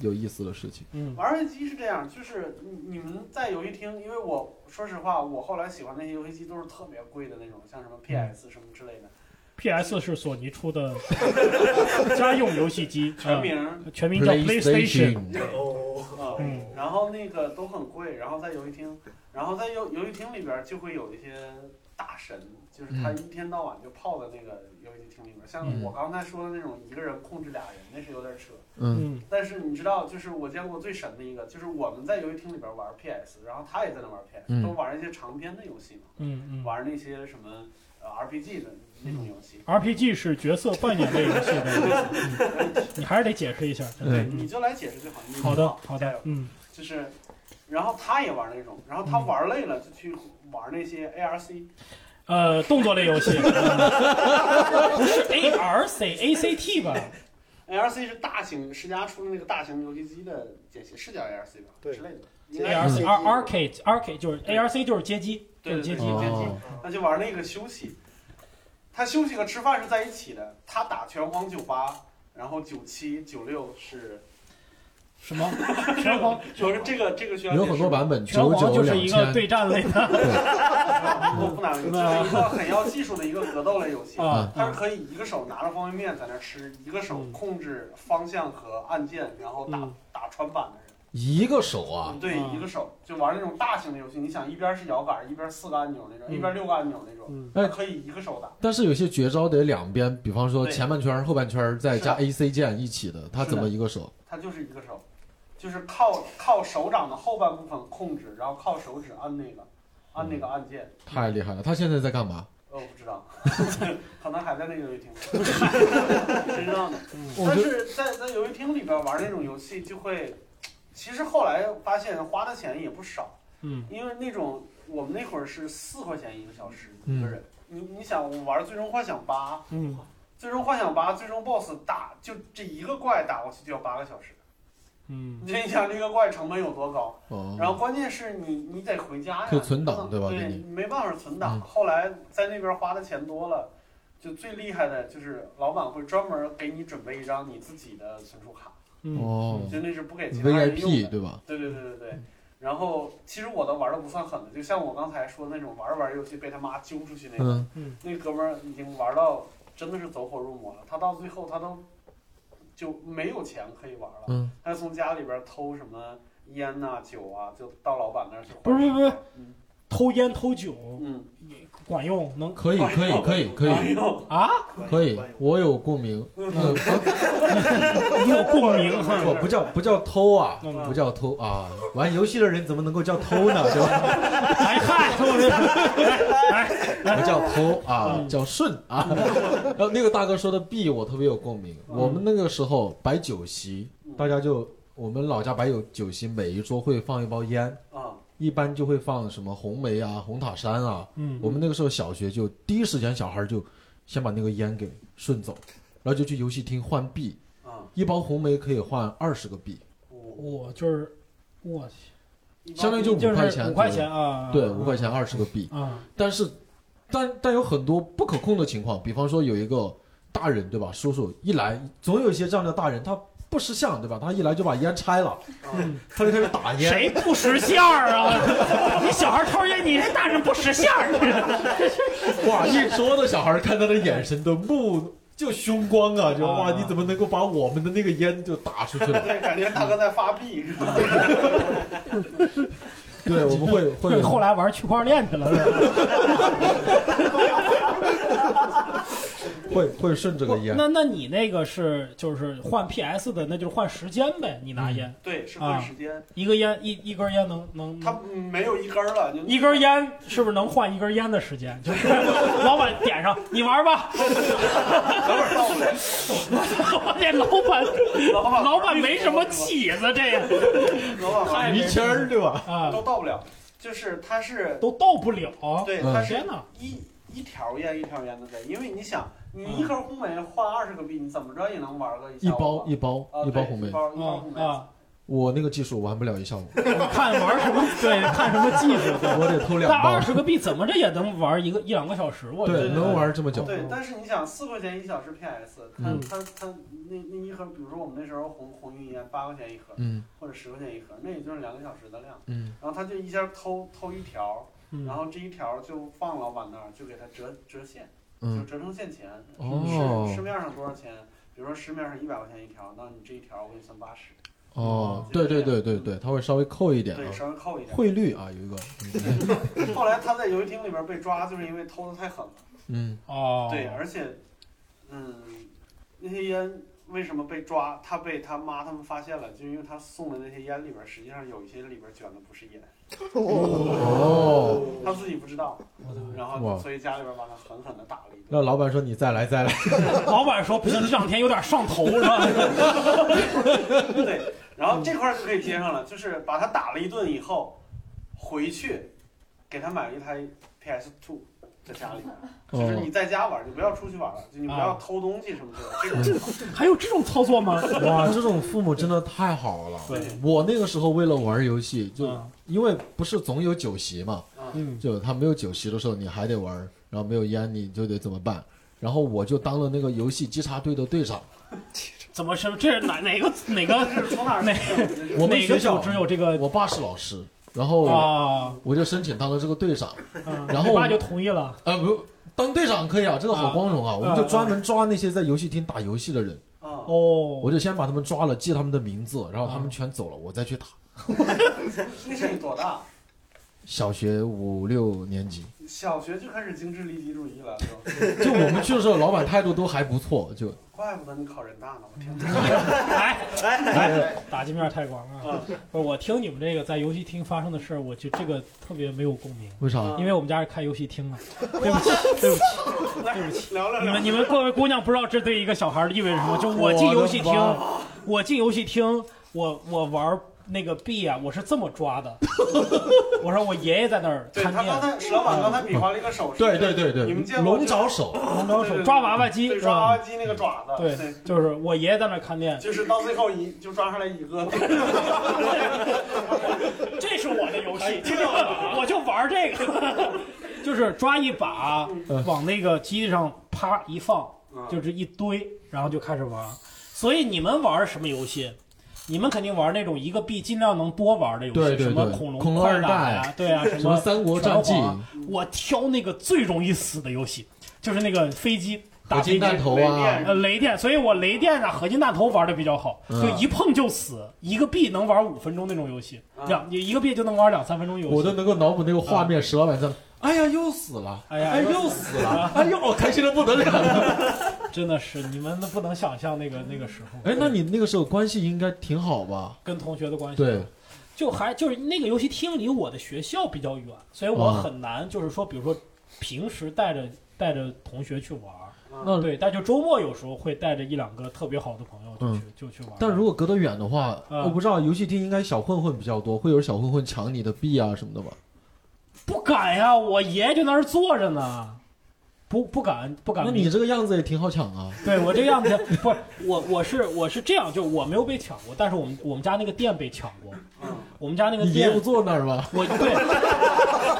有意思的事情？
嗯
嗯
玩游戏机是这样，就是你你们在游戏厅，因为我说实话，我后来喜欢那些游戏机都是特别贵的那种，像什么 PS 什么之类的，
P.S. 是索尼出的家用游戏机，
全
嗯
名
全名叫 PlayStation。
哦，
啊，
嗯
然后那个都很贵，然后在游戏厅，然后在游游戏厅里边就会有一些大神，就是他一天到晚就泡在那个游戏厅里面，像
嗯
我刚才说的那种一个人控制俩人，那是有点扯。
嗯
嗯
但是你知道，就是我见过最神的一个，就是我们在游戏厅里边玩 PS，然后他也在那玩 PS，、
嗯
都玩一些长篇的游戏嘛，
嗯嗯
玩那些什么呃 RPG 的那
嗯
种游 戏。
，RPG 是角色扮演类游戏的，嗯你还是得解释一下。真的
对，
嗯
你就来解释最好。你
好的好
加油
的，。嗯
就是，然后他也玩那种，然后他
嗯
玩累了就去玩那些 ARC，
呃，动作类游 戏，嗯不是 A R C A C T 吧？
嗯
ARC 是大型世嘉出的那个大型游戏机的简写，是叫 ARC 吧？
对
之类的。
A R C
嗯
应
R
该
R
是
K R K 就是 A R C 就是街机，
对
就
对
是街
对，
机。
接
哦
机，他就玩那个休息。他休息和吃饭是在一起的，他打拳皇九八，然后九七、九六是，
什么？ 拳皇？
我说这个这个需要
有很多
吧？
版本，
拳
九
皇
九
就是
两
一个
千。
对战类的
我不难为你，就是一个很要技术的一个格斗类游
嗯
戏。
啊
它是可以一个手拿着方便面在那吃，一个手
嗯
控制方向和按键，然后打、
嗯
打穿板的人。
一个手啊，
嗯对，
啊
一个手就玩那种大型的游戏。你想，一边是摇杆，一边四个按钮那种，
嗯
一边六个按钮那种，
嗯
它
哎
可以一个手打。
但是有些绝招得两边，比方说
对
前半圈儿、后半圈儿再加
是
A C 键一起的，他
是的
怎么一个手？
它就是一个手，就是靠靠手掌的后半部分控制，然后靠手指按那个按那个按键。
太厉
嗯
害了！他现在在干嘛？
呃，我不知 道，可能还在那个游戏厅， 谁知道呢？
我
但
觉得
是在在游戏厅里边玩那种游戏，就会，其实后来发现花的钱也不少，
嗯
因为那种我们那会儿是四块钱一个小时
嗯
一个人，你你想我玩《最终幻想八》，
嗯，
《最终幻想八》最终 BOSS 打就这一个怪打过去就要八个小时，
嗯
你想这个怪成本有多高？
哦，
然后关键是你你得回家呀，
就存档对吧
对，
给你
没办法存档。
嗯
后来在那边花的钱多了，就最厉害的就是老板会专门给你准备一张你自己的存储卡，
嗯
哦
就那是不给其他人用
，VIP
的。
对吧？
对对对对对。然后其实我的玩的不算狠的，就像我刚才说的那种玩着玩着游戏被他妈揪出去那种，
嗯，
那哥们儿已经玩到真的是走火入魔了，他到最后他都就没有钱可以玩了，
嗯
他从家里边偷什么烟呐、酒啊，就到老板那儿去还。
不是不是不是
嗯，
偷烟偷酒
嗯，
管用，能
可以可以可以可
哎
以
呦，
啊？
可以，我有共鸣。嗯，啊
有共鸣哈。
不不叫不叫偷啊，
嗯
不叫偷啊，玩游戏的人怎么能够叫偷呢？对吧？
哎 嗨，我这哎
不 叫偷啊，
嗯
叫顺
嗯
啊。然后那个大哥说的 B，我特别有共鸣。我们那个时候摆酒席，
嗯
大家就我们老家白酒酒席，每一桌会放一包烟，
啊，
一般就会放什么红梅啊、红塔山啊。
嗯
我们那个时候小学就第一时间小孩儿就先把那个烟给顺走，然后就去游戏厅换币，
啊，
一包红梅可以换二十个币，
我就是我去，
相当于就五
就是
块钱左右，
五块钱啊，
对，五块钱二十个币。
啊，
但是，但但有很多不可控的情况，比方说有一个大人对吧，叔叔一来，总有一些这样的大人，他不识相对吧，他一来就把烟拆了，
嗯
他就开始打烟。
谁不识相儿 啊？你小孩抽烟，你这大人不识相啊 儿。
哇，一桌的小孩看他的眼神都目就凶光啊，就哇，
啊
你怎么能够把我们的那个烟就打出 去了？
对，感觉大哥在发币是吧？
对，我们会 会
对，后来玩区块链去了。
会会顺这个烟。
那那你那个是就是换 PS 的，那就是换时间呗，你拿烟。
对，是
啊
换时间，
一个烟一一根烟能能，
嗯他没有一根儿了，就
嗯一根烟是不是能换一根烟的时间？就是老板点上，你玩吧。
等会儿到了。
我这 老板
老板
老板没什么起子，这个
老板
于谦儿对吧？
啊
都到不了，就是它是，
都到不了。
对，
嗯
它是
天哪！
一一条烟一条烟的在，因为你想，你一根红梅换二十个币，你怎么着也能玩个一
一
下午
包
吧
一包
啊
一包
对
红
一
梅，
包一包
啊
红梅，
啊！
我那个技术玩不了一下午，
看玩什么？对，看什么技术？对
我得偷两
但
包
二。十个币怎么着也能玩一个一两个小时，我觉
对，
得。
能玩这么久，
对，但是你想，四块钱一小时 PS，它、
嗯
它它那那一盒，比如说我们那时候红红云烟八块钱一盒，
嗯
或者十块钱一盒，那也就是两个小时的量。
嗯。
然后他就一下偷偷一条，
嗯
然后这一条就放老板那儿，就给他折折现，
嗯
就折成现钱。
哦
市市面上多少钱？比如说市面上一百块钱一条，那你这一条我给你算八十，
哦，对对对对对，它会稍微扣一点
对，
啊，
稍微扣一点。
汇率啊有一个，
后来他在游戏厅里边被抓，就是因为偷的太狠了。
嗯
哦，
对，而且，嗯，那些烟为什么被抓？他被他妈他们发现了，就因为他送的那些烟里边，实际上有一些里边卷的不是烟，
嗯哦，
他自己不知道，然
哇
后所以家里边把他狠狠的打了一顿。
让老板说你再来再来，
老板说不行，这两天有点上头 了。
对，然
嗯
后这块儿就可以接上了，就是把他打了一顿以后，回去给他买了一台 PS Two。在家里边，就是
哦
你在家玩儿，就不要出去玩儿了，就你不要
啊嗯
偷东西什么之类的。这种
还有这种操作 吗？
哇，这种父母真的太好了。
对
我那个时候为了玩游戏，就
嗯
因为不是总有酒席嘛，
嗯，
就他没有酒席的时候你还得玩，然后没有烟你就得怎么办？然后我就当了那个游戏稽查队的队长，
怎么是这是哪哪个哪
这
个
是从哪儿
哪
我们
哪
学
个
校
组织有这个
我爸是老师，然后
啊？
我就申请当了这个队长，
嗯
然后
你爸就同意了
呃，不，当队长可以啊，这个好光荣啊！我们就专门抓那些在游戏厅打游戏的人，
啊？
哦
我。就先把他们抓了，记他们的名字，然后他们全走了，我再去打。
那是你多大？
小学五六年级，
小学就开始精致利己主义了，就
就我们去的时候，老板态度都还不错，就
怪不得你考人大呢，我天！
来来，哎打击面太广了。不是，我听你们这个在游戏厅发生的事儿，我就这个特别没有共鸣，
为啥？
因为我们家是开游戏厅的。对不起，对不起。
对不起，聊 聊
你
聊
们你们各位姑娘不知道这对一个小孩儿意味着什么？就我
的
进游戏厅
妈，
我进游戏厅，我我玩那个币啊，我是这么抓的。 我说我爷爷在那儿
对
看嗯
他刚
店，
才石老板刚才比划了一个手势，
对对对
你
对
们见，过
龙爪手，
能招手
对
抓娃娃机
对
是
抓娃娃
吧？
机那个爪子，
对，就是我爷爷在那儿看店，
就是到最后一就抓上来一 个，
这是我的游戏，我就玩这个， 就是抓一把
嗯
往那个机子上啪一放，
嗯
就这一堆，然后就开始玩。所以你们玩什么游戏？你们肯定玩那种一个币尽量能多玩的游戏，
对对
什么
对
龙
恐龙
快
二
打
代
呀，对啊，什
什么三国战记
拳皇啊我挑那个最容易死的游戏，就是那个飞机打
火
飞
箭
机。
弹头
雷
啊
电，
呃，雷电，所以我雷电啊，合金弹头玩的比较好，
嗯
就一碰就死，一个币能玩五分钟那种游戏，
嗯
两一个币就能玩两三分钟游戏。
我都能够脑补那个画面，石老板在那，哎呀又死了，
哎呀
哎又死了，哎呦我开心的不得了。
真的是你们都不能想象那个那个时候。
哎，那你那个时候关系应该挺好吧？
跟同学的关系，
对，
就还就是那个游戏厅离我的学校比
嗯
较远，所以我很难就是说，比如说平时带着带着同学去玩儿，
那
对，但就周末有时候会带着一两个特别好的朋友就
嗯
去就去玩。
但如果隔得远的话，
嗯
啊
我不知道游戏厅应该小混混比较多，会有小混混抢你的币啊什么的吧？
不敢呀，我爷爷就那儿坐着呢，不不敢不敢。
那你这个样子也挺好抢啊。
对我这样子， 不是我我是我是这样，就我没有被抢过，但是我们我们家那个店被抢过，我们家那个
嗯你爷
店
不坐那儿吧？
我对，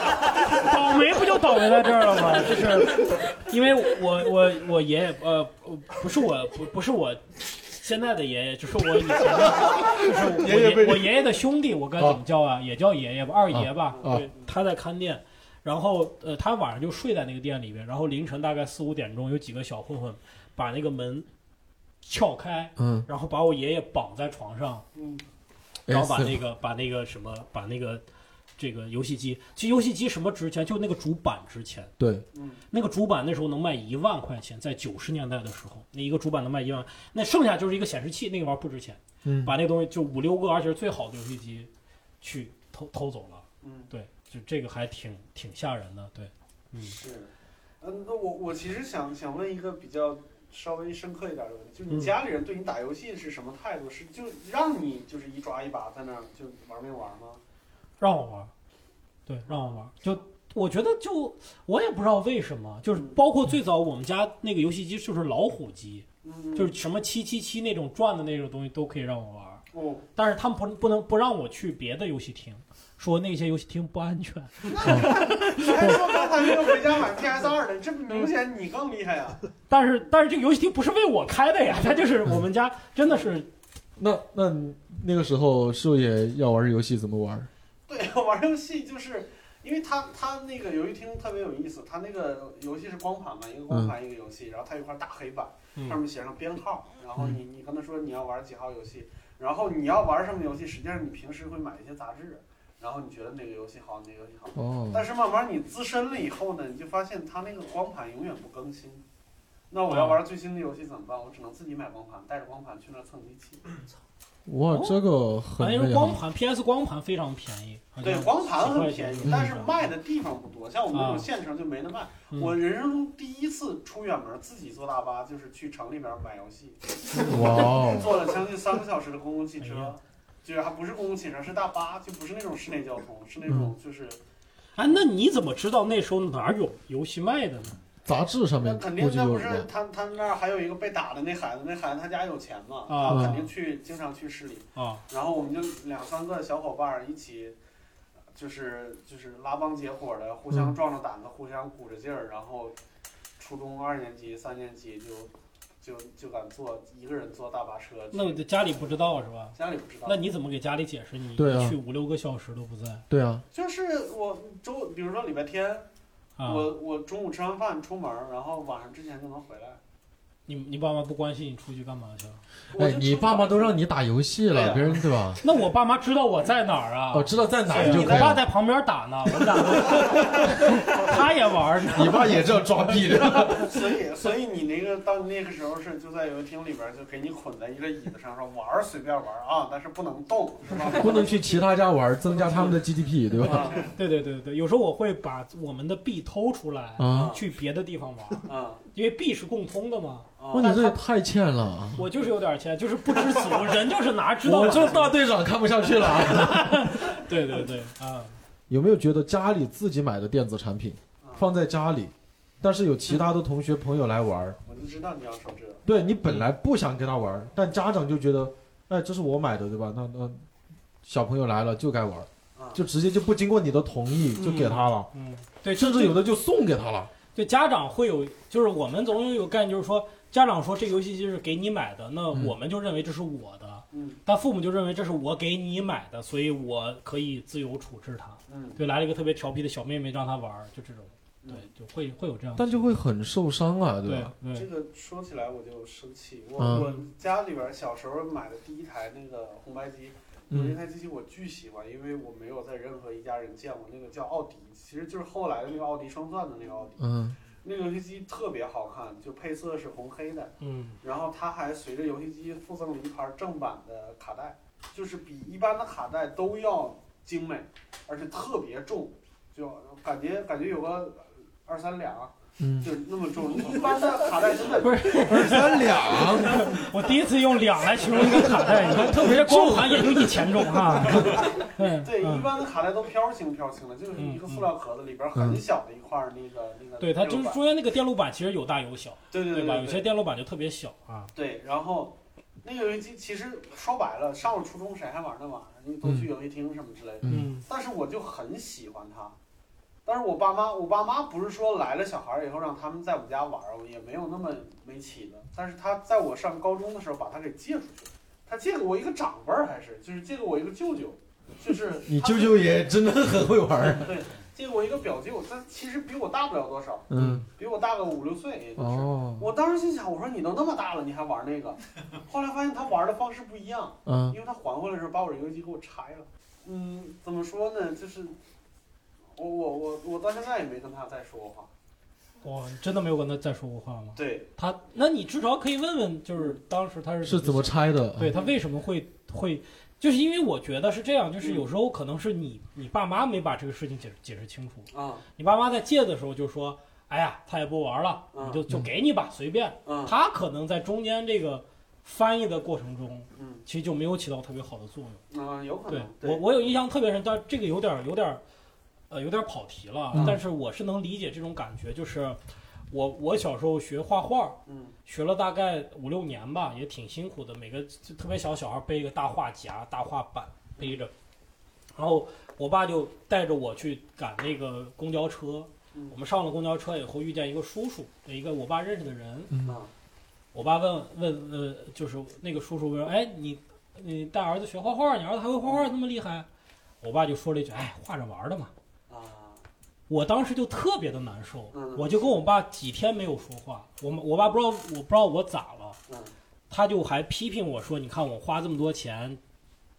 倒霉不就倒霉在这儿了吗？就是因为我我我爷爷呃不是我不不是我现在的爷爷，就是我以前的，就是我
爷爷被
我爷爷的兄弟，我该怎么叫啊？也叫爷爷吧，二爷吧。
啊啊
对，他在看店。然后，呃，他晚上就睡在那个店里边，然后凌晨大概四五点钟，有几个小混混把那个门撬开，
嗯，
然后把我爷爷绑在床上，
嗯，
然后把那
哎
个把那个什么把那个这个游戏机，其实游戏机什么值钱？就那个主板值钱。
对，
那个主板那时候能卖一万块钱，在九十年代的时候，那一个主板能卖一万，那剩下就是一个显示器，那个玩意儿不值钱。
嗯
把那东西就五六个，而且是最好的游戏机，去偷偷走了。
嗯，
对，就这个还挺挺吓人的。对，嗯
是，嗯，那我我其实想想问一个比较稍微深刻一点的问题，就
嗯
你家里人对你打游戏是什么态度？是就让你就是一抓一把在那儿就玩命玩吗？
让我玩儿，对，让我玩儿。就我觉得就我也不知道为什么，就是包括最早我们家那个游戏机就是老虎机，
嗯，
就是什么七七七那种转的那种东西都可以让我玩儿，
哦，
但是他们不不能不让我去别的游戏厅，说那些游戏厅不安全。
你还哎说刚才没有回家买 PS 二呢，这明显你更厉害啊！
但是但是这个游戏厅不是为我开的呀，它就是我们家真的是
那那那个时候兽爷要玩游戏怎么玩？
对，玩游戏就是因为他他那个游戏厅特别有意思，他那个游戏是光盘嘛，一个光盘一个游戏，然后他有一块大黑板，上面写上编号，然后你你跟他说你要玩几号游戏，然后你要玩什么游戏，实际上你平时会买一些杂志，然后你觉得哪个游戏好，哪个游戏好，
哦，
但是慢慢你资深了以后呢，你就发现它那个光盘永远不更新。那我要玩最新的游戏怎么办？我只能自己买光盘，带着光盘去那儿蹭机器。
哇，这个很
好
啊
像
那
是
个
哎光盘，PS 光盘非常便宜，好像
对，光盘很便
10块钱，
宜
嗯
但是卖的地方不多。像我们这
啊
种县城就没得卖。
嗯
我人生中第一次出远门自己坐大巴，就是去城里边买游戏，
哇哦，
坐了将近三个小时的公共汽
哎呀
车，就是还不是公共汽车，是大巴，就不是那种室内交通，是
嗯
那种就是
哎，那你怎么知道那时候哪儿有游戏卖的呢？
杂志上
那
面
肯
估
定
计
那
有
不
什
是
么？
他他们那儿还有一个被打的那孩子，那孩子他家有钱嘛，
啊
他肯定去经常去市里，
啊，
然后我们就两三个小伙伴儿一起，就是就是拉帮结伙的，互
嗯
相壮着胆子，互相鼓着劲儿，然后初中二年级、三年级就就就敢坐一个人坐大巴车去，
那家里不知道是吧？
家里不知道，
那你怎么给家里解释你
对啊
去五六个小时都不在
对啊，
就是我周，比如说礼拜天，
啊？
我我中午吃完饭出门儿，然后晚上之前就能回来。
你你爸妈不关心你出去干嘛去了？
我
哎，
就
你
出
爸妈都
门儿
让你打游戏
对
了，
啊
别人对吧？
那我爸妈知道我在哪儿啊？
哦，知道在哪
对
儿
啊
就
我
可以
爸
了。
在旁边打呢，我们俩 都他也玩呢。
你爸也这样装逼的，
所以，所以你那个到那个时候是就在游戏厅里边儿，就给你捆在一个椅子上，说玩儿随便玩儿啊，但是不能动，是 吧？
不能去其他家玩，增加他们的 GDP，对吧？
啊
对对对对，有时候我会把我们的币偷出来，
啊，
去别的地方玩，
啊
因为币是共通的嘛。
哇，
啊！
你这也太欠了啊！
我就是有点钱，就是不知足，人就是哪知道
我
哪
这大队长看不下去了啊。
对对对啊，
有没有觉得家里自己买的电子产品
啊
放在家里，但是有其他的同学朋友来玩儿，
我就知道你要说这个。
对你本来不想跟他玩儿，但家长就觉得，哎，这是我买的，对吧？那那小朋友来了就该玩儿
啊，
就直接就不经过你的同意就给他了，
嗯，对，
甚至有的就送给他了。
对家长会有，就是我们总有有概念，就是说家长说这游戏机是给你买的，那
嗯
我们就认为这是我的，
嗯
但父母就认为这是我给你买的，所以我可以自由处置它。
嗯，
对，来了一个特别调皮的小妹妹，让她玩儿，就这种，
嗯
对，就会会有这样的，
但就会很受伤啊，对吧？
对
这
对，
个说起来我就生气。我
嗯
我家里边儿小时候买的第一台那个红白机，我那
嗯
台机器我巨喜欢，因为我没有在任何一家人见过那个叫奥迪，其实就是后来的那个奥迪双钻的那个奥迪。
嗯，
那个游戏机特别好看，就配色是红黑的。
嗯，
然后它还随着游戏机附赠了一盘正版的卡带，就是比一般的卡带都要精美，而且特别重，就感觉感觉有个二三两，啊就是那么 重。一般的卡带真的
不是
二
三两，
我第一次用两来形容一个卡带，你看，特别是光盘也就一千重 哈。对
对，
嗯
一般的卡带都飘轻飘轻的，就是一个塑料壳子里边很小的一块儿那个那个。
对，它就是中间那个电路板其实有大有小，
对对
对
对
吧？
对
有些电路板就特别小啊。
对，然后那个游戏机其实说白了，上了初中谁还玩那玩意儿？你都去游戏厅什么之类的。
嗯。
但是我就很喜欢它，但是我爸妈，我爸妈不是说来了小孩儿以后让他们在我们家玩儿，我也没有那么没起的。但是他在我上高中的时候把它给借出去，他借给我一个长辈儿，还是就是借给我一个舅舅， 就是
你舅舅也真的很会玩儿。
对，借给我一个表舅，他其实比我大不了多少，
嗯，
比我大个五六岁，也就是。
哦
我当时心想，我说你都那么大了，你还玩那个？后来发现他玩的方式不一样，
嗯
因为他还回来的时候把我游戏机给我拆了。嗯，怎么说呢？就是我我我我到现在也没跟他再说过话。
哇，你真的没有跟他再说过话吗？
对
他，那你至少可以问问，
嗯
就是当时他是
是怎么拆的？
对他为什么会会，就是因为我觉得是这样，
嗯
就是有时候可能是你你爸妈没把这个事情解释解释清楚，
啊，
你爸妈在借的时候就说，哎呀，他也不玩了，你就就给你吧，随便。
嗯
他可能在中间这个翻译的过程中，
嗯，
其实就没有起到特别好的作用。
啊、有可
对
能。
我我有印象特别深，但这个有点儿有点儿，呃，有点儿跑题了。
嗯
但是我是能理解这种感觉，就是我我小时候学画画，
嗯
学了大概五六年吧，也挺辛苦的。每个就特别小小孩背一个大画夹、大画板背着，然后我爸就带着我去赶那个公交车。
嗯
我们上了公交车以后，遇见一个叔叔，一个我爸嗯认识的人。
啊
我爸问问呃，就是那个叔叔问说，哎，你你带儿子学画画，你儿子还会画画那么厉害？我爸就说了一句，哎，画着玩儿的嘛。
啊，
我当时就特别的难受
嗯，
我就跟我爸几天没有说话。我们我爸不知道我不知道我咋了，
嗯
他就还批评我说，你看我花这么多钱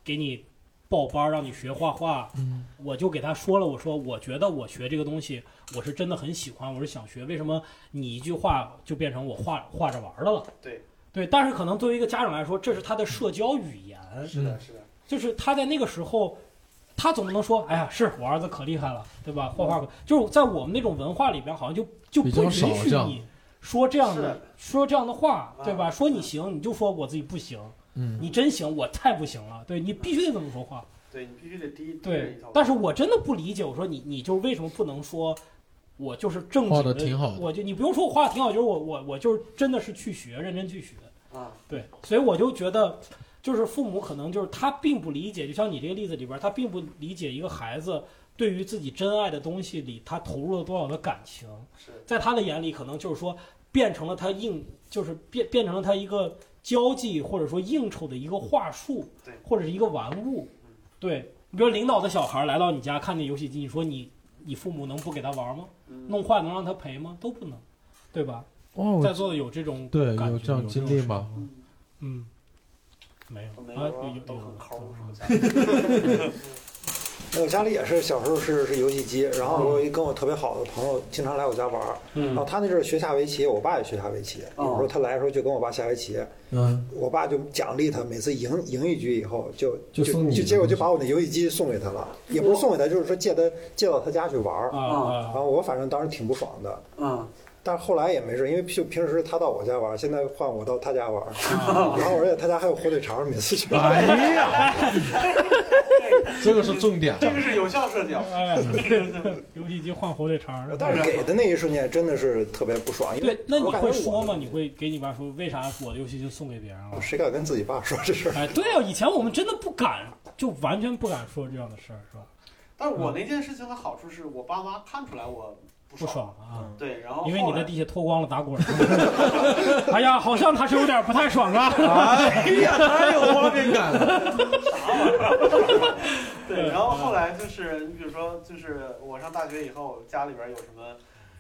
给你报班儿让你学画画，
嗯
我就给他说了，我说我觉得我学这个东西我是真的很喜欢，我是想学，为什么你一句话就变成我画画着玩儿的了？
对
对，但是可能作为一个家长来说，这是他的社交语言。
是的，是的。
就是他在那个时候，他总不能说，哎呀，是我儿子可厉害了，对吧？画画可就是在我们那种文化里边，好像就就
嗯比
不
较
允
少
许
这样
你说这样
是啊
的
的
说这样的话，对吧？说你行，你就说我自己不行，
嗯
你真行，我太不行了，对你必须得这么说话。
对你必须得低低着
对
一头，
但是我真的不理解，我说你你就是为什么不能说，我就是正经
画得挺好的
我就你不用说我画的挺好，就是我我我就是真的是去学，认真去学。
啊，
对，所以我就觉得，就是父母可能就是他并不理解，就像你这个例子里边儿，他并不理解一个孩子对于自己真爱的东西里，他投入了多少的感情，
是
在他的眼里，可能就是说变成了他应，就是变变成了他一个交际或者说应酬的一个话术，
对
或者是一个玩物，对。你比如领导的小孩儿来到你家看见游戏机，你说你你父母能不给他玩吗？
嗯
弄坏能让他赔吗？都不能，对吧？
哇，我
在座的有这种
对
感
有
觉
这样
有
经
种
历
事
吗？
嗯
嗯，没有
都没
啊，
有
有有
都很抠什么的。
我家里也是小时候是是游戏机，然后我有一跟我特别好的朋友经常来我家玩儿，
嗯
然后他那阵儿学下围棋，我爸也学下围棋，
嗯
有时候他来的时候就跟我爸下围棋，
嗯，
我爸就奖励他，每次赢赢一局以后就
就送你
就
的
结果就把我的游戏机送给他了，也不是送给他，就是说借他借到他家去玩儿，
啊
然后我反正当时挺不爽的，
嗯，
但是后来也没事，因为就平时他到我家玩儿，现在换我到他家玩儿，然后而且他家还有火腿肠，每次去玩儿。
哎呀，这个是重点。
这个是有效社 交。
哎，游戏机换火腿肠儿，
但是给的那一瞬间真的是特别不爽，因为
对，那你
我感觉
会
我
说吗？你会给你爸说为啥我的游戏机送给别人了？
谁敢跟自己爸说这事儿？
哎，对啊，以前我们真的不敢，就完全不敢说这样的事儿，是吧？
但我那件事情的好处是我爸妈看出来我不
不爽啊，
对，然后
因为
后
你在
来
地下脱光了打滚儿。 哎呀，好像他是有点不太爽啊。
哎呀，太有画面感 了。
对，然后后来就是你比如说，就是我上大学以后，家里边有什么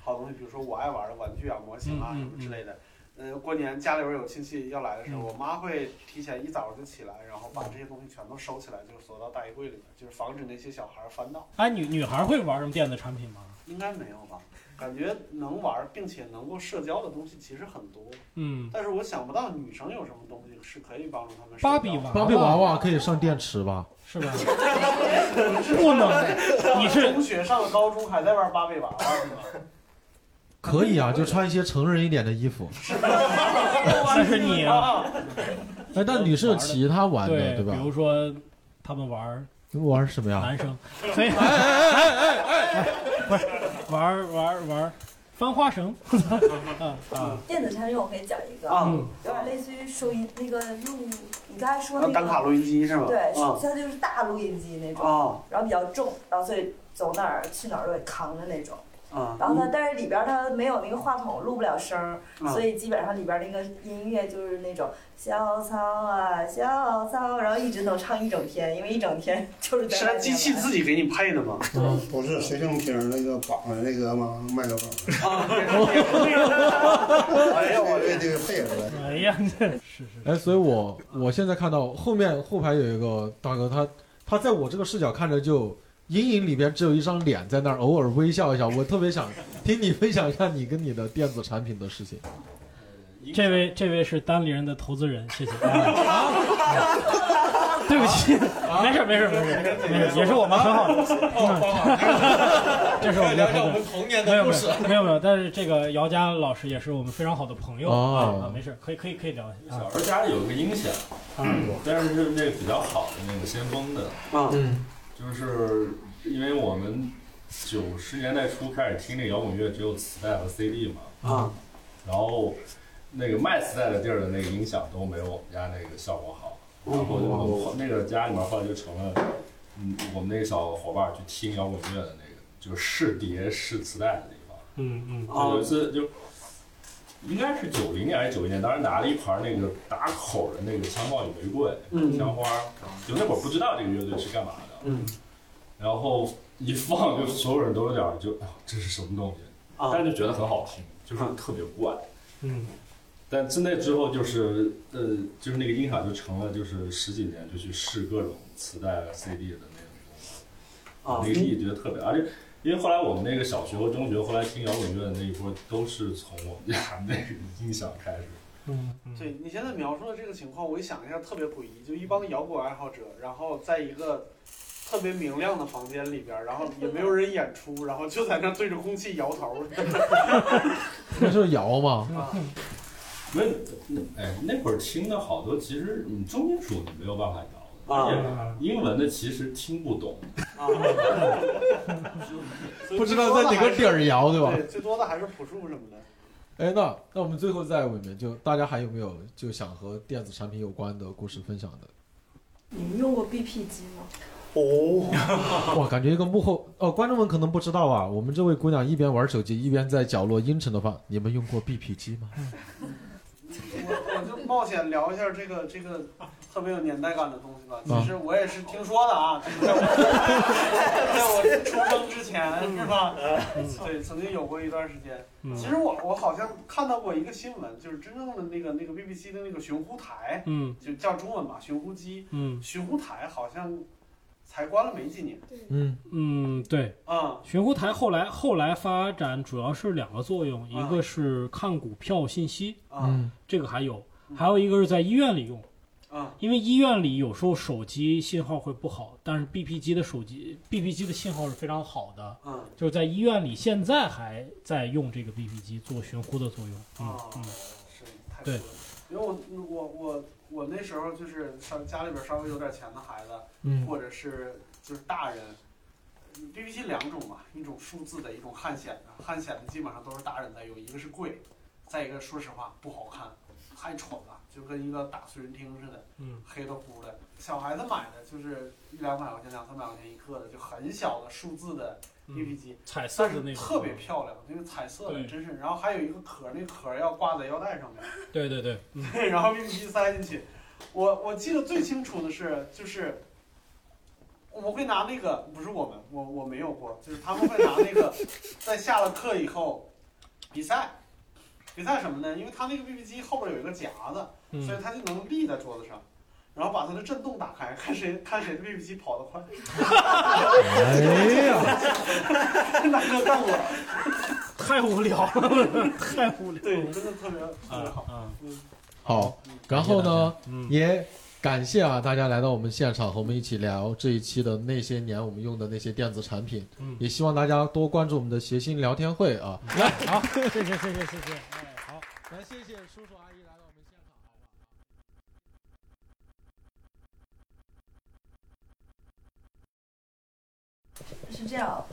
好东西，比如说我爱玩的玩具啊、模型啊
嗯嗯
什么之类的。呃，过年家里边有亲戚要来的时候，
嗯
我妈会提前一早就起来，然后把这些东西全都收起来，就是锁到大衣柜里面，就是防止那些小孩翻到。
哎，女女孩会玩什么电子产品吗？
应该没有吧？感觉能玩并且能够社交的东西其实很多，
嗯，
但是我想不到女生有什么东西是可以帮助他们社交
芭
的。
比娃
芭比娃娃可以上电池吧？
是吧？不能，你是
中学上了高中还在玩芭比娃娃是吗？
可以啊，就穿一些成人一点的衣服。
这是你啊，
哎，但女士有其他玩的，
对
啊对吧啊
比？如说他们玩儿
你们玩什么呀？
男 生，所以哎哎哎哎哎，不是玩儿玩儿玩儿翻花绳，啊啊，
电子产品我可以讲一个，
啊
有点类似于收音那个录，你刚才说那个
啊单卡录音机是吗
对，
啊
它就是大录音机那
哦
种，然后比较重，然后所以走哪儿去哪儿都得扛着那种。
啊
然后它，但是里边儿它没有那个话筒，录不了声儿，
啊
所以基本上里边儿那个音乐就是那种小草啊，小草，然后一直能唱一整天，因为一整天就是在
嗯是
外
他
面
机器
玩
自己给你配的 吗？
不是随身听那个绑的那个吗？麦克风。
啊哎
呀，我这个配合了。
哎呀，
哎，所以我我现在看到后面后排有一个大哥，他他在我这个视角看着就阴影里边只有一张脸在那儿，偶尔微笑一下。我特别想听你分享一下你跟你的电子产品的 事情。
这位这位是单立人的投资人， 谢谢。对不起，没事没事没事没事，也是我们很好的，
哦
嗯这是我们的
聊一下我们童年的
没有
故事
没有没有没有，但是这个姚佳老师也是我们非常好的朋友
哦
啊，啊没事，可以可以可以聊一下。
小时候家里有一个音响，但是是那个比较好的那个先锋的，
嗯，
就是因为我们九十年代初开始听这摇滚乐，只有磁带和 CD 嘛，
啊，
然后那个卖磁带的地儿的那个音响都没有我们家那个效果好，然
嗯
后就
哦
我们那个家里面后来就成了，嗯，我们那个小伙伴去听摇滚乐的那个，就是试碟试磁带的地方。
嗯
哦
有一次就应该是九零年还是九一年，当时拿了一盘那个打口的那个枪炮与玫瑰、
嗯
枪花，就那会儿不知道这个乐队是干嘛的，
嗯，
然后一放就所有人都有点儿就啊这是什么东西，
啊
但是就觉得很好听，就是特别怪。
嗯，
但自那之后就是呃，就是那个音响就成了就是十几年就去试各种磁带、CD 的那种，
啊
那个意义觉得特别，而且。因为后来我们那个小学和中学，后来听摇滚乐的那一波，都是从我们家那个音响开始。
嗯
对你现在描述的这个情况，我一想一下特别诡异，就一帮摇滚爱好者，然后在一个特别明亮的房间里边儿，然后也没有人演出，然后就在那对着空气摇头儿。
那就是摇吗？
那哎，那会儿听的好多，其实你重金属你没有办法摇的，
啊
嗯
而且英文的其实听不懂。
所以
不知道在哪个点儿摇对吧
对，最多的还是朴树什么的。
哎，那那我们最后再问一遍，就大家还有没有就想和电子产品有关的故事分享的？
你们用过 BP 机吗？
哦，
哇，感觉一个幕后哦，观众们可能不知道啊，我们这位姑娘一边玩手机一边在角落阴沉的放。你们用过 BP 机
啊
吗？
我我就冒险聊一下这个这个特别有年代感的东西吧。
啊
其实我也是听说的啊，就是在我在我出生之前是吧？对，曾经有过一段时间。
嗯
其实我我好像看到过一个新闻，就是真正的那个那个 BBC 的那个寻呼台，
嗯
就叫中文吧，寻呼机，
嗯
寻呼台好像才关了没几年。
嗯
嗯，对，
啊，
寻呼台后来后来发展主要是两个作用，
啊
一个是看股票信息，
嗯，
这个还有，还有一个是在医院里用，
啊，
因为医院里有时候手机信号会不好，但是 BP 机的手机 BP 机的信号是非常好的，
嗯，
就是在医院里现在还在用这个 BP 机做寻呼的作用，嗯
哦
嗯，对，
因为我我我我那时候就是上家里边稍微有点钱的孩子，
嗯
或者是就是大人，BBC 两种嘛，一种数字的，一种汉显的。汉显的基本上都是大人在用，一个是贵，再一个说实话不好看，太丑了，就跟一个打随身听似的，
嗯
黑的乎的。小孩子买的就是一两百块钱、两三百块钱一克的，就很小的数字的
嗯
BB 机，
彩色的
但是
那种
特别漂亮，那个彩色的
对
真是。然后还有一个壳，那个壳要挂在腰带上面。
对对对，嗯
对， 然后一一塞进去。我我记得最清楚的是，就是我会拿那个，不是我们，我我没有过，就是他们会拿那个，在下了课以后比赛，比赛什么呢？因为他那个 BB 机后边有一个夹子，
嗯
所以他就能立在桌子上。然后把它的震动打开，看谁看谁的 BB 机跑得快。 哎
呀，
大哥干我，
太无聊了， 啊 太无聊了，嗯
对，真的特别特别好。
啊，
嗯
好，然后呢，也感谢啊大家来到我们现场和我们一起聊这一期的那些年我们用的那些电子产品，
嗯
也希望大家多关注我们的谐星聊天会 啊。
来，好，谢谢，谢谢，谢谢，哎，好，
来，谢谢叔叔阿姨来到我们现场。
是这样，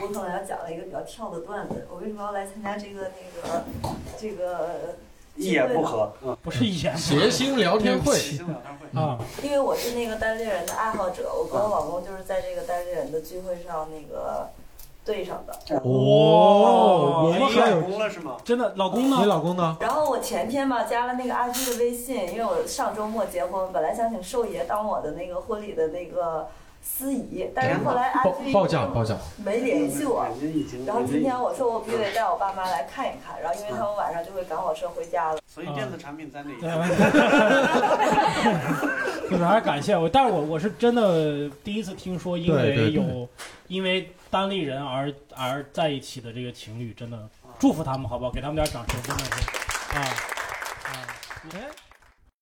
我可能要讲了一个比较跳的段子。我为什么要来参加这个那个这个？
一言不合，嗯，
不是一言不合
谐星聊天会，
谐星聊天会
啊，
因为我是那个单立人的爱好者，我跟我老公就是在这个单立人的聚会上那个对上的。
哦，我们
你
还
老
有
公了是吗？
真的，老公呢？
你老公呢？
然后我前天吧加了那个阿居的微信，因为我上周末结婚，本来想请寿爷当我的那个婚礼的那个司仪，但是后来哎阿
报
居
报价报价，
没联系我。然后
啊
今天我说我必须得带我爸妈来看一看，然后因为他们晚上就会赶火车回家了。
所以电子产品在哪一
就是还是感谢我，但是我我是真的第一次听说，因
对对
为
对
有因为单立人而而在一起的这个情侣，真的祝福他们好不好？给他们点掌声，真的是啊啊！哎，